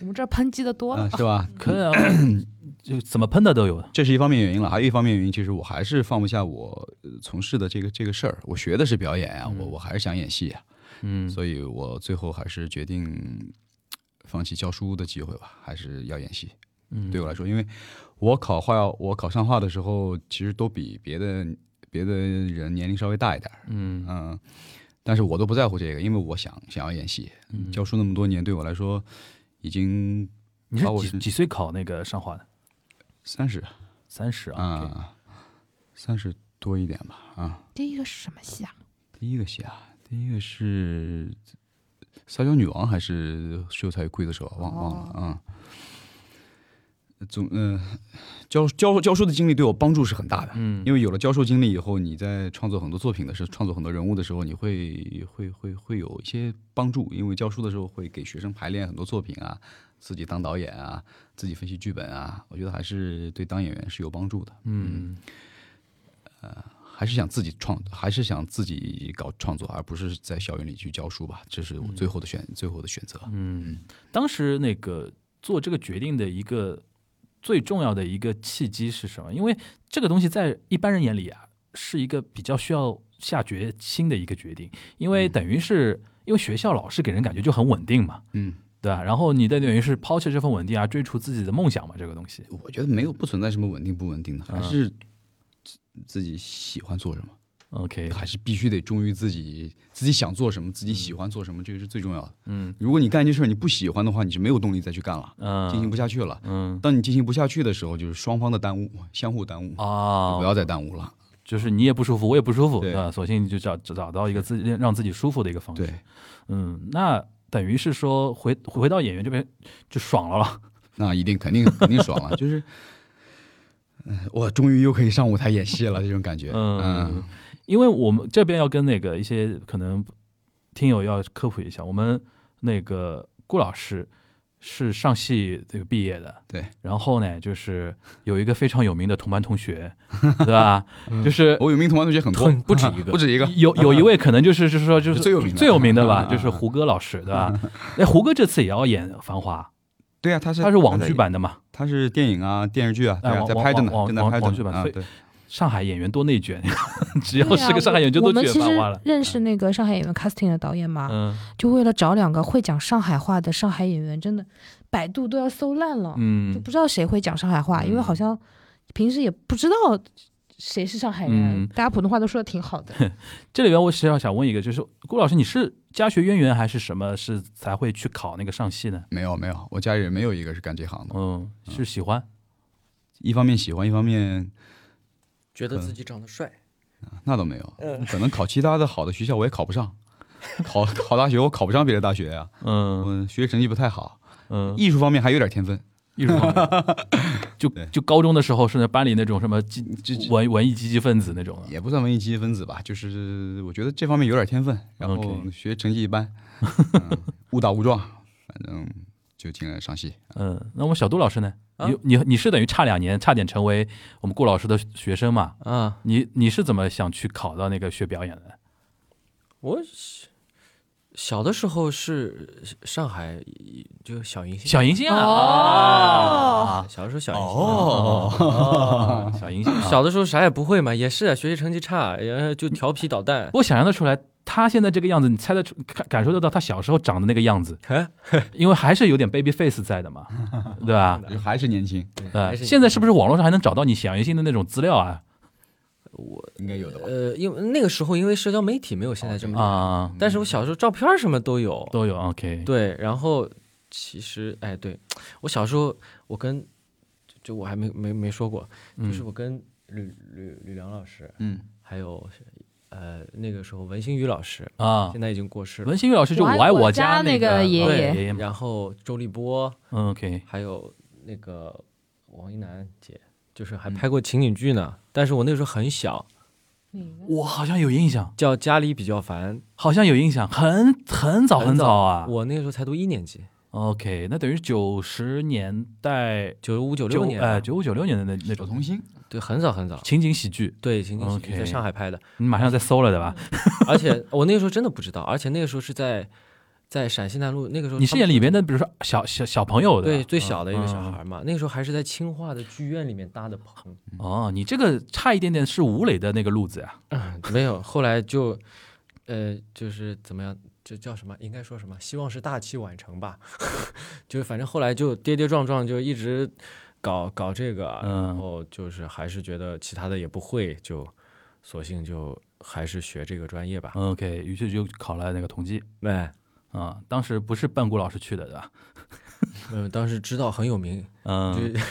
Speaker 6: 我们这儿抨击的多
Speaker 4: 啊、
Speaker 6: 了，
Speaker 4: 是吧？
Speaker 2: 可以啊， 就怎么喷的都有的，
Speaker 4: 这是一方面原因了，还有一方面原因，其实我还是放不下我呃从事的这个这个事儿。我学的是表演啊，我我还是想演戏啊。
Speaker 2: 嗯，
Speaker 4: 所以我最后还是决定放弃教书的机会吧，还是要演戏。
Speaker 2: 嗯
Speaker 4: 对我来说，因为我考画，我考上画的时候，其实都比别的别的人年龄稍微大一点儿，
Speaker 2: 嗯
Speaker 4: 嗯，但是我都不在乎这个，因为我想想要演戏。
Speaker 2: 嗯，
Speaker 4: 教书那么多年，对我来说已经
Speaker 2: 你
Speaker 4: 把我
Speaker 2: 是几
Speaker 4: 是
Speaker 2: 几岁考那个上画的？
Speaker 4: 三十
Speaker 2: 三十啊，
Speaker 4: 啊，三十多一点吧，啊，
Speaker 6: 第一个是什么戏啊？
Speaker 4: 第一个戏啊，第一个是《撒娇女王》还是《秀才与刽子手》啊？忘忘了啊。嗯总嗯、教教教书的经历对我帮助是很大的，
Speaker 2: 嗯
Speaker 4: 因为有了教授经历以后，你在创作很多作品的时候，创作很多人物的时候，你会会会会有一些帮助。因为教书的时候会给学生排练很多作品啊，自己当导演啊，自己分析剧本啊，我觉得还是对当演员是有帮助的。
Speaker 2: 嗯
Speaker 4: 还是想自己创，还是想自己搞创作，而不是在校园里去教书吧。这是我最后的选，最后的选择。
Speaker 2: 嗯，当时那个做这个决定的一个最重要的一个契机是什么？因为这个东西在一般人眼里啊，是一个比较需要下决心的一个决定，因为等于是因为学校老师给人感觉就很稳定嘛，
Speaker 4: 嗯，
Speaker 2: 对吧？然后你的等于是抛弃这份稳定啊，追逐自己的梦想嘛，这个东西。
Speaker 4: 嗯我觉得没有不存在什么稳定不稳定的，还是自自己喜欢做什么，
Speaker 2: OK，
Speaker 4: 还是必须得忠于自己，自己想做什么，自己喜欢做什么，这个是最重要的。
Speaker 2: 嗯
Speaker 4: 如果你干一件事儿你不喜欢的话，你是没有动力再去干了，进行
Speaker 2: 嗯
Speaker 4: 不下去了。
Speaker 2: 嗯
Speaker 4: 当你进行不下去的时候，就是双方的耽误，相互耽误，
Speaker 2: 啊
Speaker 4: 不，要再耽误了。
Speaker 2: 就是你也不舒服，我也不舒服，
Speaker 4: 对
Speaker 2: 啊，索性就找找到一个自己让自己舒服的一个方式。
Speaker 4: 对，
Speaker 2: 嗯，那等于是说回回到演员这边就爽了了。
Speaker 4: 那一定肯定肯定爽了，就是，嗯，我终于又可以上舞台演戏了，这种感觉。
Speaker 2: 嗯，因为我们这边要跟那个一些可能听友要科普一下，我们那个顾老师是上戏这个毕业的，
Speaker 4: 对。
Speaker 2: 然后呢，就是有一个非常有名的同班同学，对吧？就是
Speaker 4: 我有名同班同学很多，
Speaker 1: 很不止一个
Speaker 4: 不止一个。
Speaker 2: 有有一位可能就是就是说就是
Speaker 4: 最有名的
Speaker 2: 最有名的 吧
Speaker 4: 嗯，嗯
Speaker 2: 就是胡歌老师，对吧？哎，胡歌这次也要演《繁华
Speaker 4: 对啊，他》，是
Speaker 2: 他是网剧，版的嘛？
Speaker 4: 他是电影啊、电视剧啊，对
Speaker 2: 哎
Speaker 4: 啊，
Speaker 2: 网
Speaker 4: 在拍着呢
Speaker 2: 网，
Speaker 4: 正在
Speaker 2: 网
Speaker 4: 拍着
Speaker 2: 网
Speaker 4: 呢
Speaker 2: 剧版
Speaker 4: 啊。
Speaker 2: 所以
Speaker 4: 对，
Speaker 2: 上海演员多内卷， 只
Speaker 6: 对
Speaker 2: 要
Speaker 6: 呀
Speaker 2: 是个上海演员就
Speaker 6: 我
Speaker 2: 都
Speaker 6: 们
Speaker 2: 卷
Speaker 6: 其
Speaker 2: 繁
Speaker 6: 实
Speaker 2: 华了。
Speaker 6: 认识那个上海演员 casting 的导演嘛，
Speaker 2: 嗯
Speaker 6: 就为了找两个会讲上海话的上海演员，真的百度都要搜烂了，就
Speaker 2: 嗯
Speaker 6: 不知道谁会讲上海话，因为好像平时也不知道谁是上海人，
Speaker 2: 嗯
Speaker 6: 大家普通话都说的挺好 的。
Speaker 2: 这里边我实际上想问一个，就是顾老师，你是家学渊源还是什么是才会去考那个上戏呢？
Speaker 4: 没有没有，我家里人没有一个是干这行的。
Speaker 2: 嗯，是喜欢
Speaker 4: 一方面喜欢，一方面
Speaker 1: 觉得
Speaker 2: 嗯
Speaker 1: 自己长得帅，
Speaker 4: 那倒没有，可能考其他的好的学校我也考不上，考考大学我考不上别的大学呀，
Speaker 2: 嗯
Speaker 4: 我学习成绩不太好，
Speaker 2: 嗯
Speaker 4: 艺术方面还有点天分。
Speaker 2: 艺术方面， 就
Speaker 4: 对
Speaker 2: 就高中的时候是那班里那种什么积
Speaker 4: 这这
Speaker 2: 文文艺积极分子那种啊的。
Speaker 4: 也不算文艺积极分子吧，就是我觉得这方面有点天分，然后
Speaker 2: OK
Speaker 4: 学成绩一般，嗯、误打误撞，反正就进来上戏。
Speaker 2: 嗯，那我们小杜老师呢？
Speaker 1: 啊
Speaker 2: 你你你是等于差两年，差点成为我们顾老师的学生嘛？
Speaker 1: 啊，
Speaker 2: 你你是怎么想去考到那个学表演的？
Speaker 1: 我小小的时候是上海就小银星，
Speaker 2: 小银星啊，
Speaker 1: 啊，小的时候小银星。
Speaker 2: 哦，小银星啊。
Speaker 1: 嗯小的时候啥也不会嘛，也是啊学习成绩差，然后就调皮捣蛋。
Speaker 2: 我想象得出来，他现在这个样子，你猜得出、感感受得到他小时候长的那个样子，
Speaker 1: 哎，
Speaker 2: 因为还是有点 baby face 在的嘛，对吧？
Speaker 4: 还是年轻，
Speaker 2: 呃，
Speaker 1: 还是
Speaker 2: 现在是不是网络上还能找到你小银星的那种资料啊？
Speaker 4: 应该有的吧？
Speaker 1: 呃，因为那个时候因为社交媒体没有现在这么，嗯
Speaker 2: 啊、
Speaker 1: 但是我小时候照片儿什么都有。
Speaker 2: 都有 OK，
Speaker 1: 对，然后其实哎，对我小时候我跟就就我还没没没说过，就是
Speaker 2: 嗯
Speaker 1: 我跟吕吕吕梁老师，
Speaker 4: 嗯，
Speaker 1: 还有呃那个时候文心宇老师，
Speaker 2: 啊
Speaker 1: 现。在已经过世了
Speaker 2: 文，心宇老师就
Speaker 6: 我爱
Speaker 2: 爱
Speaker 6: 我
Speaker 2: 我
Speaker 6: 家那
Speaker 2: 那
Speaker 6: 个
Speaker 2: 个
Speaker 6: 爷
Speaker 2: 对
Speaker 6: 爷
Speaker 2: 爷爷嘛
Speaker 1: 然后周立波，
Speaker 2: 嗯，OK，
Speaker 1: 还有那个王一楠姐，就是
Speaker 2: 嗯
Speaker 1: 还拍过情景剧呢。但是我那个时候很小，
Speaker 2: 我好像有印象，
Speaker 1: 叫家里比较烦，
Speaker 2: 好像有印象，很很早很早啊。
Speaker 1: 我那个时候才读一年级，
Speaker 2: OK，那等于九十年代
Speaker 1: 九五九六
Speaker 2: 九
Speaker 1: 年啊，
Speaker 2: 哎九五九六年的那那
Speaker 4: 小
Speaker 2: 种
Speaker 4: 童星，
Speaker 1: 对，很早很早。
Speaker 2: 情景喜剧，
Speaker 1: 对，情景喜剧
Speaker 2: OK
Speaker 1: 在上海拍的，
Speaker 2: 你马上要再搜了对吧？
Speaker 1: 而且我那个时候真的不知道，而且那个时候是在在陕西南路，那个时候
Speaker 2: 你是
Speaker 1: 他们
Speaker 2: 演里边的，比如说小小小朋友的，
Speaker 1: 对最小的一个小
Speaker 2: 嗯
Speaker 1: 孩嘛，那个时候还是在清华的剧院里面搭的棚，
Speaker 2: 哦，你这个差一点点是吴磊的那个路子呀、
Speaker 1: 啊没有，后来就呃就是怎么样，就叫什么，应该说什么，希望是大器晚成吧， 就是反正后来就跌跌撞撞，就一直搞搞这个，啊
Speaker 2: 嗯
Speaker 1: 然后就是还是觉得其他的也不会，就索性就还是学这个专业吧，
Speaker 2: OK，于是就考了那个统计
Speaker 1: 哎。
Speaker 2: 啊、当时不是半谷老师去的对吧？
Speaker 1: 嗯，当时知道很有名，就
Speaker 2: 嗯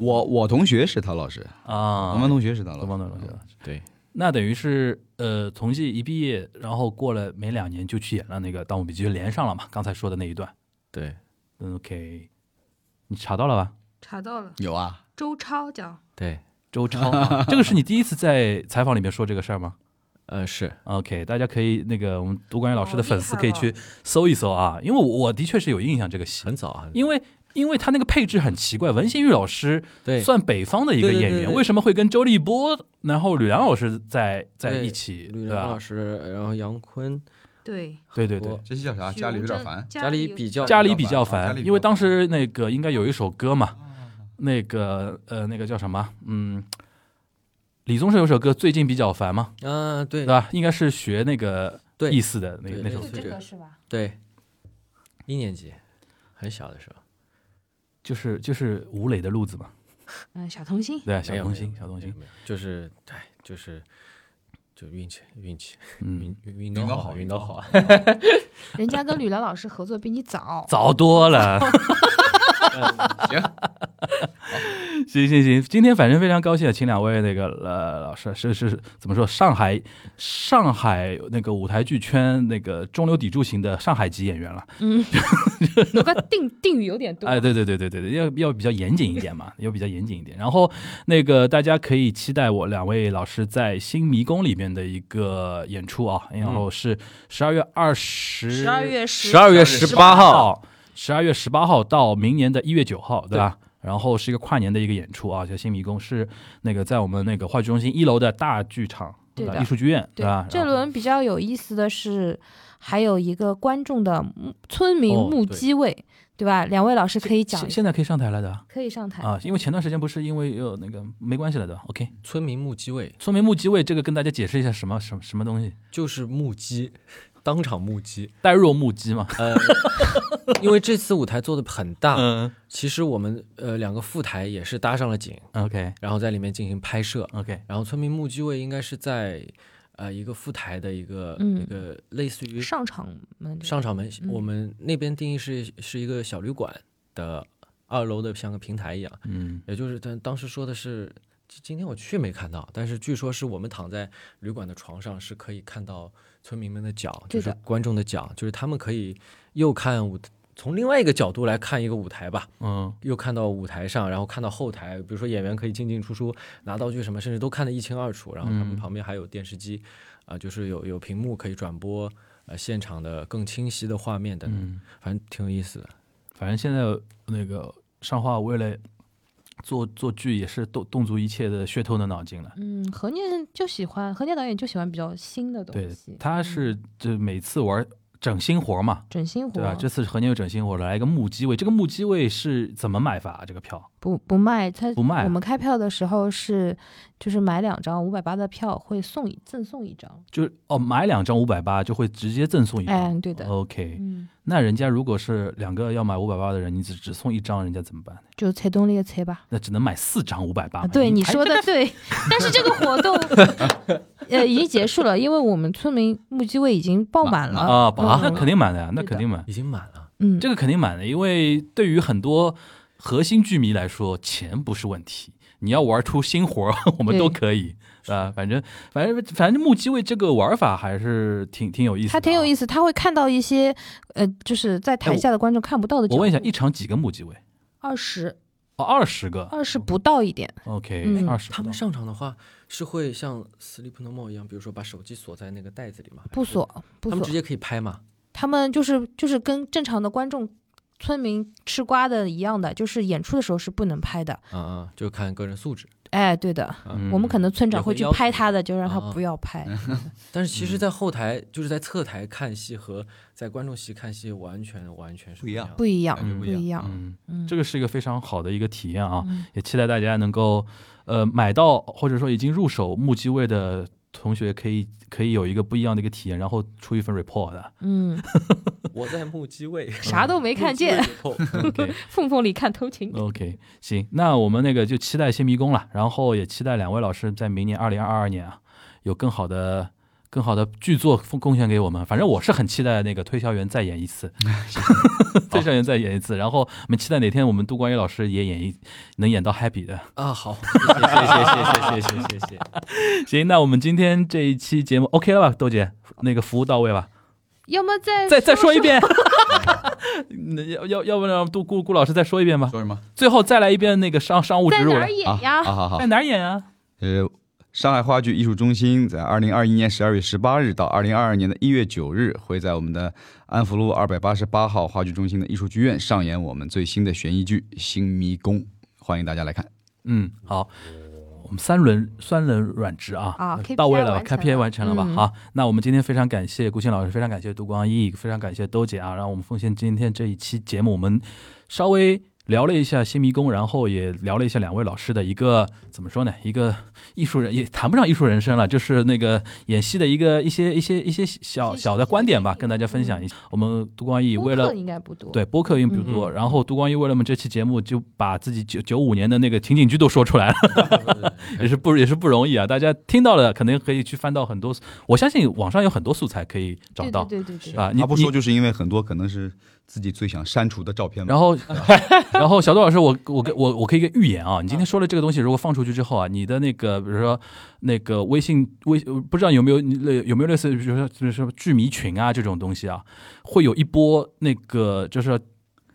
Speaker 4: 我我同学是他老师，
Speaker 2: 啊，
Speaker 4: 我们同学是他老
Speaker 2: 东
Speaker 4: 师
Speaker 2: 方，的老师。
Speaker 1: 对，
Speaker 2: 那等于是呃，从计一毕业，然后过了没两年就去演了那个《盗墓笔记》，就连上了嘛，刚才说的那一段。
Speaker 1: 对，
Speaker 2: 嗯 OK，你查到了吧？
Speaker 6: 查到了，
Speaker 4: 有啊，
Speaker 6: 周超叫
Speaker 1: 对，
Speaker 2: 周超、啊，这个是你第一次在采访里面说这个事儿吗
Speaker 1: 呃，是，
Speaker 2: ？OK，大家可以那个我们读关于老师的粉丝
Speaker 6: 哦
Speaker 2: 可以去搜一搜啊，因为我我的确是有印象这个戏，
Speaker 1: 很早啊，
Speaker 2: 因为因为他那个配置很奇怪，文心宇老师
Speaker 1: 对，
Speaker 2: 算北方的一个
Speaker 1: 对对
Speaker 2: 演员，
Speaker 1: 对对
Speaker 2: 为什么会跟周立波然后吕良老师在在
Speaker 1: 对
Speaker 2: 一起，
Speaker 1: 吕
Speaker 2: 对
Speaker 1: 梁老
Speaker 2: 吧？
Speaker 1: 师，然后杨坤，
Speaker 6: 对，
Speaker 2: 对对对
Speaker 1: 我。
Speaker 4: 这是叫
Speaker 2: 啊
Speaker 4: 啥？
Speaker 6: 许
Speaker 4: 家里有
Speaker 6: 荣
Speaker 4: 点
Speaker 6: 珍
Speaker 4: 烦，
Speaker 1: 家里比较
Speaker 2: 家里比较
Speaker 4: 啊家
Speaker 2: 烦
Speaker 4: 里比，较哦
Speaker 2: 因为当时那个应该有一首歌嘛，那个呃那个叫什么？嗯，李宗盛有首歌最近比较烦嘛，
Speaker 1: 啊，对
Speaker 2: 对吧？应该是学那个
Speaker 1: 对
Speaker 2: 意思的那
Speaker 1: 对
Speaker 2: 那首
Speaker 1: 有
Speaker 2: 歌
Speaker 1: 对，这个
Speaker 6: 是吧？
Speaker 1: 对，一年级，很小的时候，
Speaker 2: 就是就是吴磊的路子嘛，
Speaker 6: 嗯，小童星
Speaker 2: 对，
Speaker 1: 没
Speaker 2: 小
Speaker 1: 有
Speaker 2: 童
Speaker 1: 没有
Speaker 2: 星，小
Speaker 1: 没
Speaker 2: 童
Speaker 1: 有
Speaker 2: 星，
Speaker 1: 没有就是，哎，就是。就运气，运气，
Speaker 2: 嗯
Speaker 1: 运，运运
Speaker 4: 运
Speaker 1: 道
Speaker 4: 道
Speaker 1: 好，
Speaker 4: 好
Speaker 1: 运道好。
Speaker 6: 人家跟吕良老师合作比你早，
Speaker 2: 早多了。
Speaker 4: 行，
Speaker 2: 行行行，今天反正非常高兴啊地请两位那个呃老师是是怎么说？上海上海那个舞台剧圈那个中流砥柱型的上海籍演员了。
Speaker 6: 嗯，那个定定语有点多，
Speaker 2: 哎，对对对对对对，要要比较严谨一点嘛，要比较严谨一点。然后那个大家可以期待我两位老师在《新迷宫》里面的一个演出啊，
Speaker 1: 嗯
Speaker 2: 然后是十二月二十，
Speaker 6: 12月10
Speaker 2: 月
Speaker 6: 18
Speaker 2: 号，十二月十八号到明年的一月九号，对吧？然后是一个跨年的一个演出啊，叫《新迷宫》，是那个在我们那个话剧中心一楼的大剧场。
Speaker 6: 对
Speaker 2: 吧
Speaker 6: 的
Speaker 2: 艺术剧院
Speaker 6: 对
Speaker 2: 吧？
Speaker 6: 这
Speaker 2: 啊然后
Speaker 6: 轮比较有意思的是，还有一个观众的目村民
Speaker 1: 哦
Speaker 6: 目
Speaker 1: 对
Speaker 6: 击位，对吧？两位老师可以讲
Speaker 2: 现
Speaker 6: 一下，哎
Speaker 2: 现在可以上台了的
Speaker 6: 可以上台。
Speaker 2: 啊，因为前段时间不是因为有那个没关系了的，OK，
Speaker 1: 村民目击位
Speaker 2: 村民目击位这个跟大家解释一下什么什么什么东西？
Speaker 1: 就是目击，当场目击。
Speaker 2: 呆若木鸡嘛。
Speaker 1: 呃， 因为这次舞台做的很大，
Speaker 2: 嗯
Speaker 1: 其实我们呃两个副台也是搭上了景，
Speaker 2: ，OK
Speaker 1: 然后在里面进行拍摄。
Speaker 2: OK，
Speaker 1: 然后村民目击位应该是在呃一个副台的一个、
Speaker 6: 嗯
Speaker 1: 一个类似于
Speaker 6: 上场门对吧
Speaker 1: 上场门，
Speaker 6: 嗯
Speaker 1: 我们那边定义是是一个小旅馆的二楼的像个平台一样，
Speaker 2: 嗯
Speaker 1: 也就是但当时说的是。今今天我去没看到，但是据说是我们躺在旅馆的床上是可以看到村民们的脚，
Speaker 6: 对
Speaker 1: 就
Speaker 6: 的
Speaker 1: 是观众的脚，就是他们可以又看舞，从另外一个角度来看一个舞台吧，
Speaker 2: 嗯
Speaker 1: 又看到舞台上，然后看到后台，比如说演员可以进进出出，拿道具什么，甚至都看得一清二楚。然后他们
Speaker 2: 嗯
Speaker 1: 旁边还有电视机，啊、就是有有屏幕可以转播呃现场的更清晰的画面等等，
Speaker 2: 嗯，
Speaker 1: 反正挺有意思的。
Speaker 2: 反正现在那个上画为了做做剧也是动动足一切的噱头的脑筋了。
Speaker 6: 嗯，何念就喜欢何念导演就喜欢比较新的
Speaker 2: 对
Speaker 6: 东西，，嗯
Speaker 2: 他是就每次玩整新活嘛，
Speaker 6: 整新活，
Speaker 2: 对啊吧？这次何年又整新活，来一个木鸡位，这个木鸡位是怎么买法、啊？这个票
Speaker 6: 不不卖，他
Speaker 2: 不卖啊
Speaker 6: 我们开票的时候是就是买两张五百八的票会送一赠送一张，
Speaker 2: 就是哦，买两张五百八就会直接赠送一张。哦
Speaker 6: 哎，对的，
Speaker 2: OK，、
Speaker 6: 嗯，
Speaker 2: 那人家如果是两个要买五百八的人，你只只送一张，人家怎么办呢？
Speaker 6: 就猜东列猜吧。
Speaker 2: 那只能买四张五百八哎
Speaker 6: 啊，。对，你说的 对，但是这个活动，呃，已经结束了，因为我们村民目击位已经爆满了
Speaker 2: 啊，啊，那
Speaker 6: 嗯
Speaker 2: 肯定满的呀，那
Speaker 6: 对的
Speaker 2: 肯定满，
Speaker 1: 已经满了，
Speaker 6: 嗯，
Speaker 2: 这个肯定满的，因为对于很多核心剧迷来说，钱不是问题，你要玩出新活儿，我们
Speaker 6: 对
Speaker 2: 都可以，对吧？反正反正反正木鸡位这个玩法还是挺挺有意思的、啊，
Speaker 6: 他挺有意
Speaker 2: 思。
Speaker 6: 思，他会看到一些呃，就是在台下的观众看不到的角
Speaker 2: 哎我
Speaker 6: 度。
Speaker 2: 问一下，一场几个木鸡位？
Speaker 6: 二十
Speaker 2: 哦，二十个。
Speaker 6: 二十不到一点，
Speaker 2: OK，
Speaker 6: 嗯
Speaker 2: 二十。
Speaker 1: 他们上场的话是会像 Sleep No More 一样，比如说把手机锁在那个袋子里吗？
Speaker 6: 不锁不
Speaker 1: 他们直
Speaker 6: 锁，
Speaker 1: 接可以拍吗？
Speaker 6: 他们就是就是跟正常的观众、村民吃瓜的一样的，就是演出的时候是不能拍的。
Speaker 1: 啊啊，就看个人素质。
Speaker 6: 哎，对的，
Speaker 2: 嗯
Speaker 6: 我们可能村长
Speaker 1: 也
Speaker 6: 会
Speaker 1: 会
Speaker 6: 去
Speaker 1: 要
Speaker 6: 拍
Speaker 1: 求
Speaker 6: 他的，就让他
Speaker 1: 啊
Speaker 6: 不要 拍。嗯
Speaker 1: 但是其实，在后台、就是在侧台看戏和在观众席看戏完全完全是
Speaker 4: 不一样
Speaker 1: 样
Speaker 6: 不
Speaker 1: 的。
Speaker 6: 一样，
Speaker 4: 感觉
Speaker 6: 不
Speaker 4: 不一样
Speaker 6: 一样。
Speaker 2: 嗯，
Speaker 6: 嗯，
Speaker 2: 这个是一个非常好的一个体验啊，
Speaker 6: 嗯
Speaker 2: 也期待大家能够呃买到或者说已经入手木鸡位的同学，可以可以有一个不一样的一个体验，然后出一份 report 的。
Speaker 6: 嗯，
Speaker 1: 我在目击位，
Speaker 6: 啥都没看见，
Speaker 1: 目击位
Speaker 2: OK
Speaker 6: 缝缝里看偷情。
Speaker 2: OK，行，那我们那个就期待新迷宫了，然后也期待两位老师在明年二零二二年啊，有更好的。更好的剧作奉贡献给我们，反正我是很期待那个推销员再演一次， 推销员再演一次，然后我们期待哪天我们杜光宇老师也演一能演到 happy 的。
Speaker 1: 啊！好，谢谢谢谢谢谢谢谢谢谢谢。
Speaker 2: 行，那我们今天这一期节目 OK 了吧，豆姐？那个服务到位吧？
Speaker 6: 要么再
Speaker 2: 再再说 一，遍，那要要要不然让杜顾顾老师再说一遍吧？
Speaker 4: 说什么
Speaker 2: 最后再来一遍那个商商务植
Speaker 6: 在
Speaker 2: 入
Speaker 6: 哪
Speaker 2: 了
Speaker 6: 儿，演
Speaker 4: 啊？
Speaker 6: 呀？
Speaker 4: 好好好
Speaker 2: 在，哪儿演啊？
Speaker 4: 呃，上海话剧艺术中心在二零二一年十二月十八日到二零二二年的一月九日，会在我们的安福路二百八十八号话剧中心的艺术剧院上演我们最新的悬疑剧《新迷宫》，欢迎大家来看。
Speaker 2: 嗯，好，我们三轮三轮软植啊，
Speaker 6: 啊，KPI
Speaker 2: 到位了吧
Speaker 6: 完成
Speaker 2: ？KPI
Speaker 6: 了
Speaker 2: 完成了吧？
Speaker 6: 嗯
Speaker 2: 好，那我们今天非常感谢顾欣老师，非常感谢杜光义，非常感谢兜姐啊，让我们奉献今天这一期节目，我们稍微。聊了一下新迷宫，然后也聊了一下两位老师的一个怎么说呢？一个艺术人也谈不上艺术人生了，就是那个演戏的一个一些一些一些小小的观点吧，跟大家分
Speaker 6: 嗯
Speaker 2: 享一下。我们杜光义
Speaker 6: 播
Speaker 2: 为了
Speaker 6: 客应该不多。
Speaker 2: 对，播嗯客并不多。然后杜光义为了我们这期节目，就把自己九九五年的那个情景剧都说出来了， 也是不也是不容易啊。大家听到了，肯定可以去翻到很多，我相信网上有很多素材可以找
Speaker 6: 对
Speaker 2: 到
Speaker 6: 对对对对，
Speaker 2: 啊。你
Speaker 4: 他不说，
Speaker 2: 你
Speaker 4: 就是因为很多可能是自己最想删除的照片吧。
Speaker 2: 然后， 然后小杜老师，我我跟我我可以预言啊，你今天说了这个东西，如果放出去之后啊，你的那个比如说那个微信微不知道有没有你类有没有类似，比如说就是说剧迷群啊这种东西啊，会有一波那个就是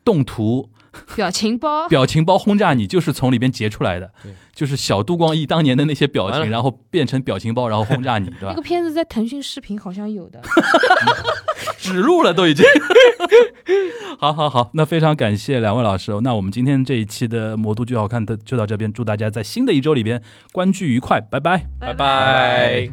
Speaker 2: 动图
Speaker 6: 表情 包
Speaker 2: 表情包轰炸你，就是从里边截出来的
Speaker 1: 对，
Speaker 2: 就是小杜光义当年的那些表
Speaker 1: 完
Speaker 2: 情，
Speaker 1: 了
Speaker 2: 然后变成表情包，然后轰炸你，对
Speaker 6: 那
Speaker 2: 吧
Speaker 6: 个？片子在腾讯视频好像有的。
Speaker 2: 植入了都已经。 好好好，那非常感谢两位老师哦。那我们今天这一期的《魔都剧好看》的就到这边，祝大家在新的一周里边观剧愉快，拜拜。
Speaker 1: 拜拜。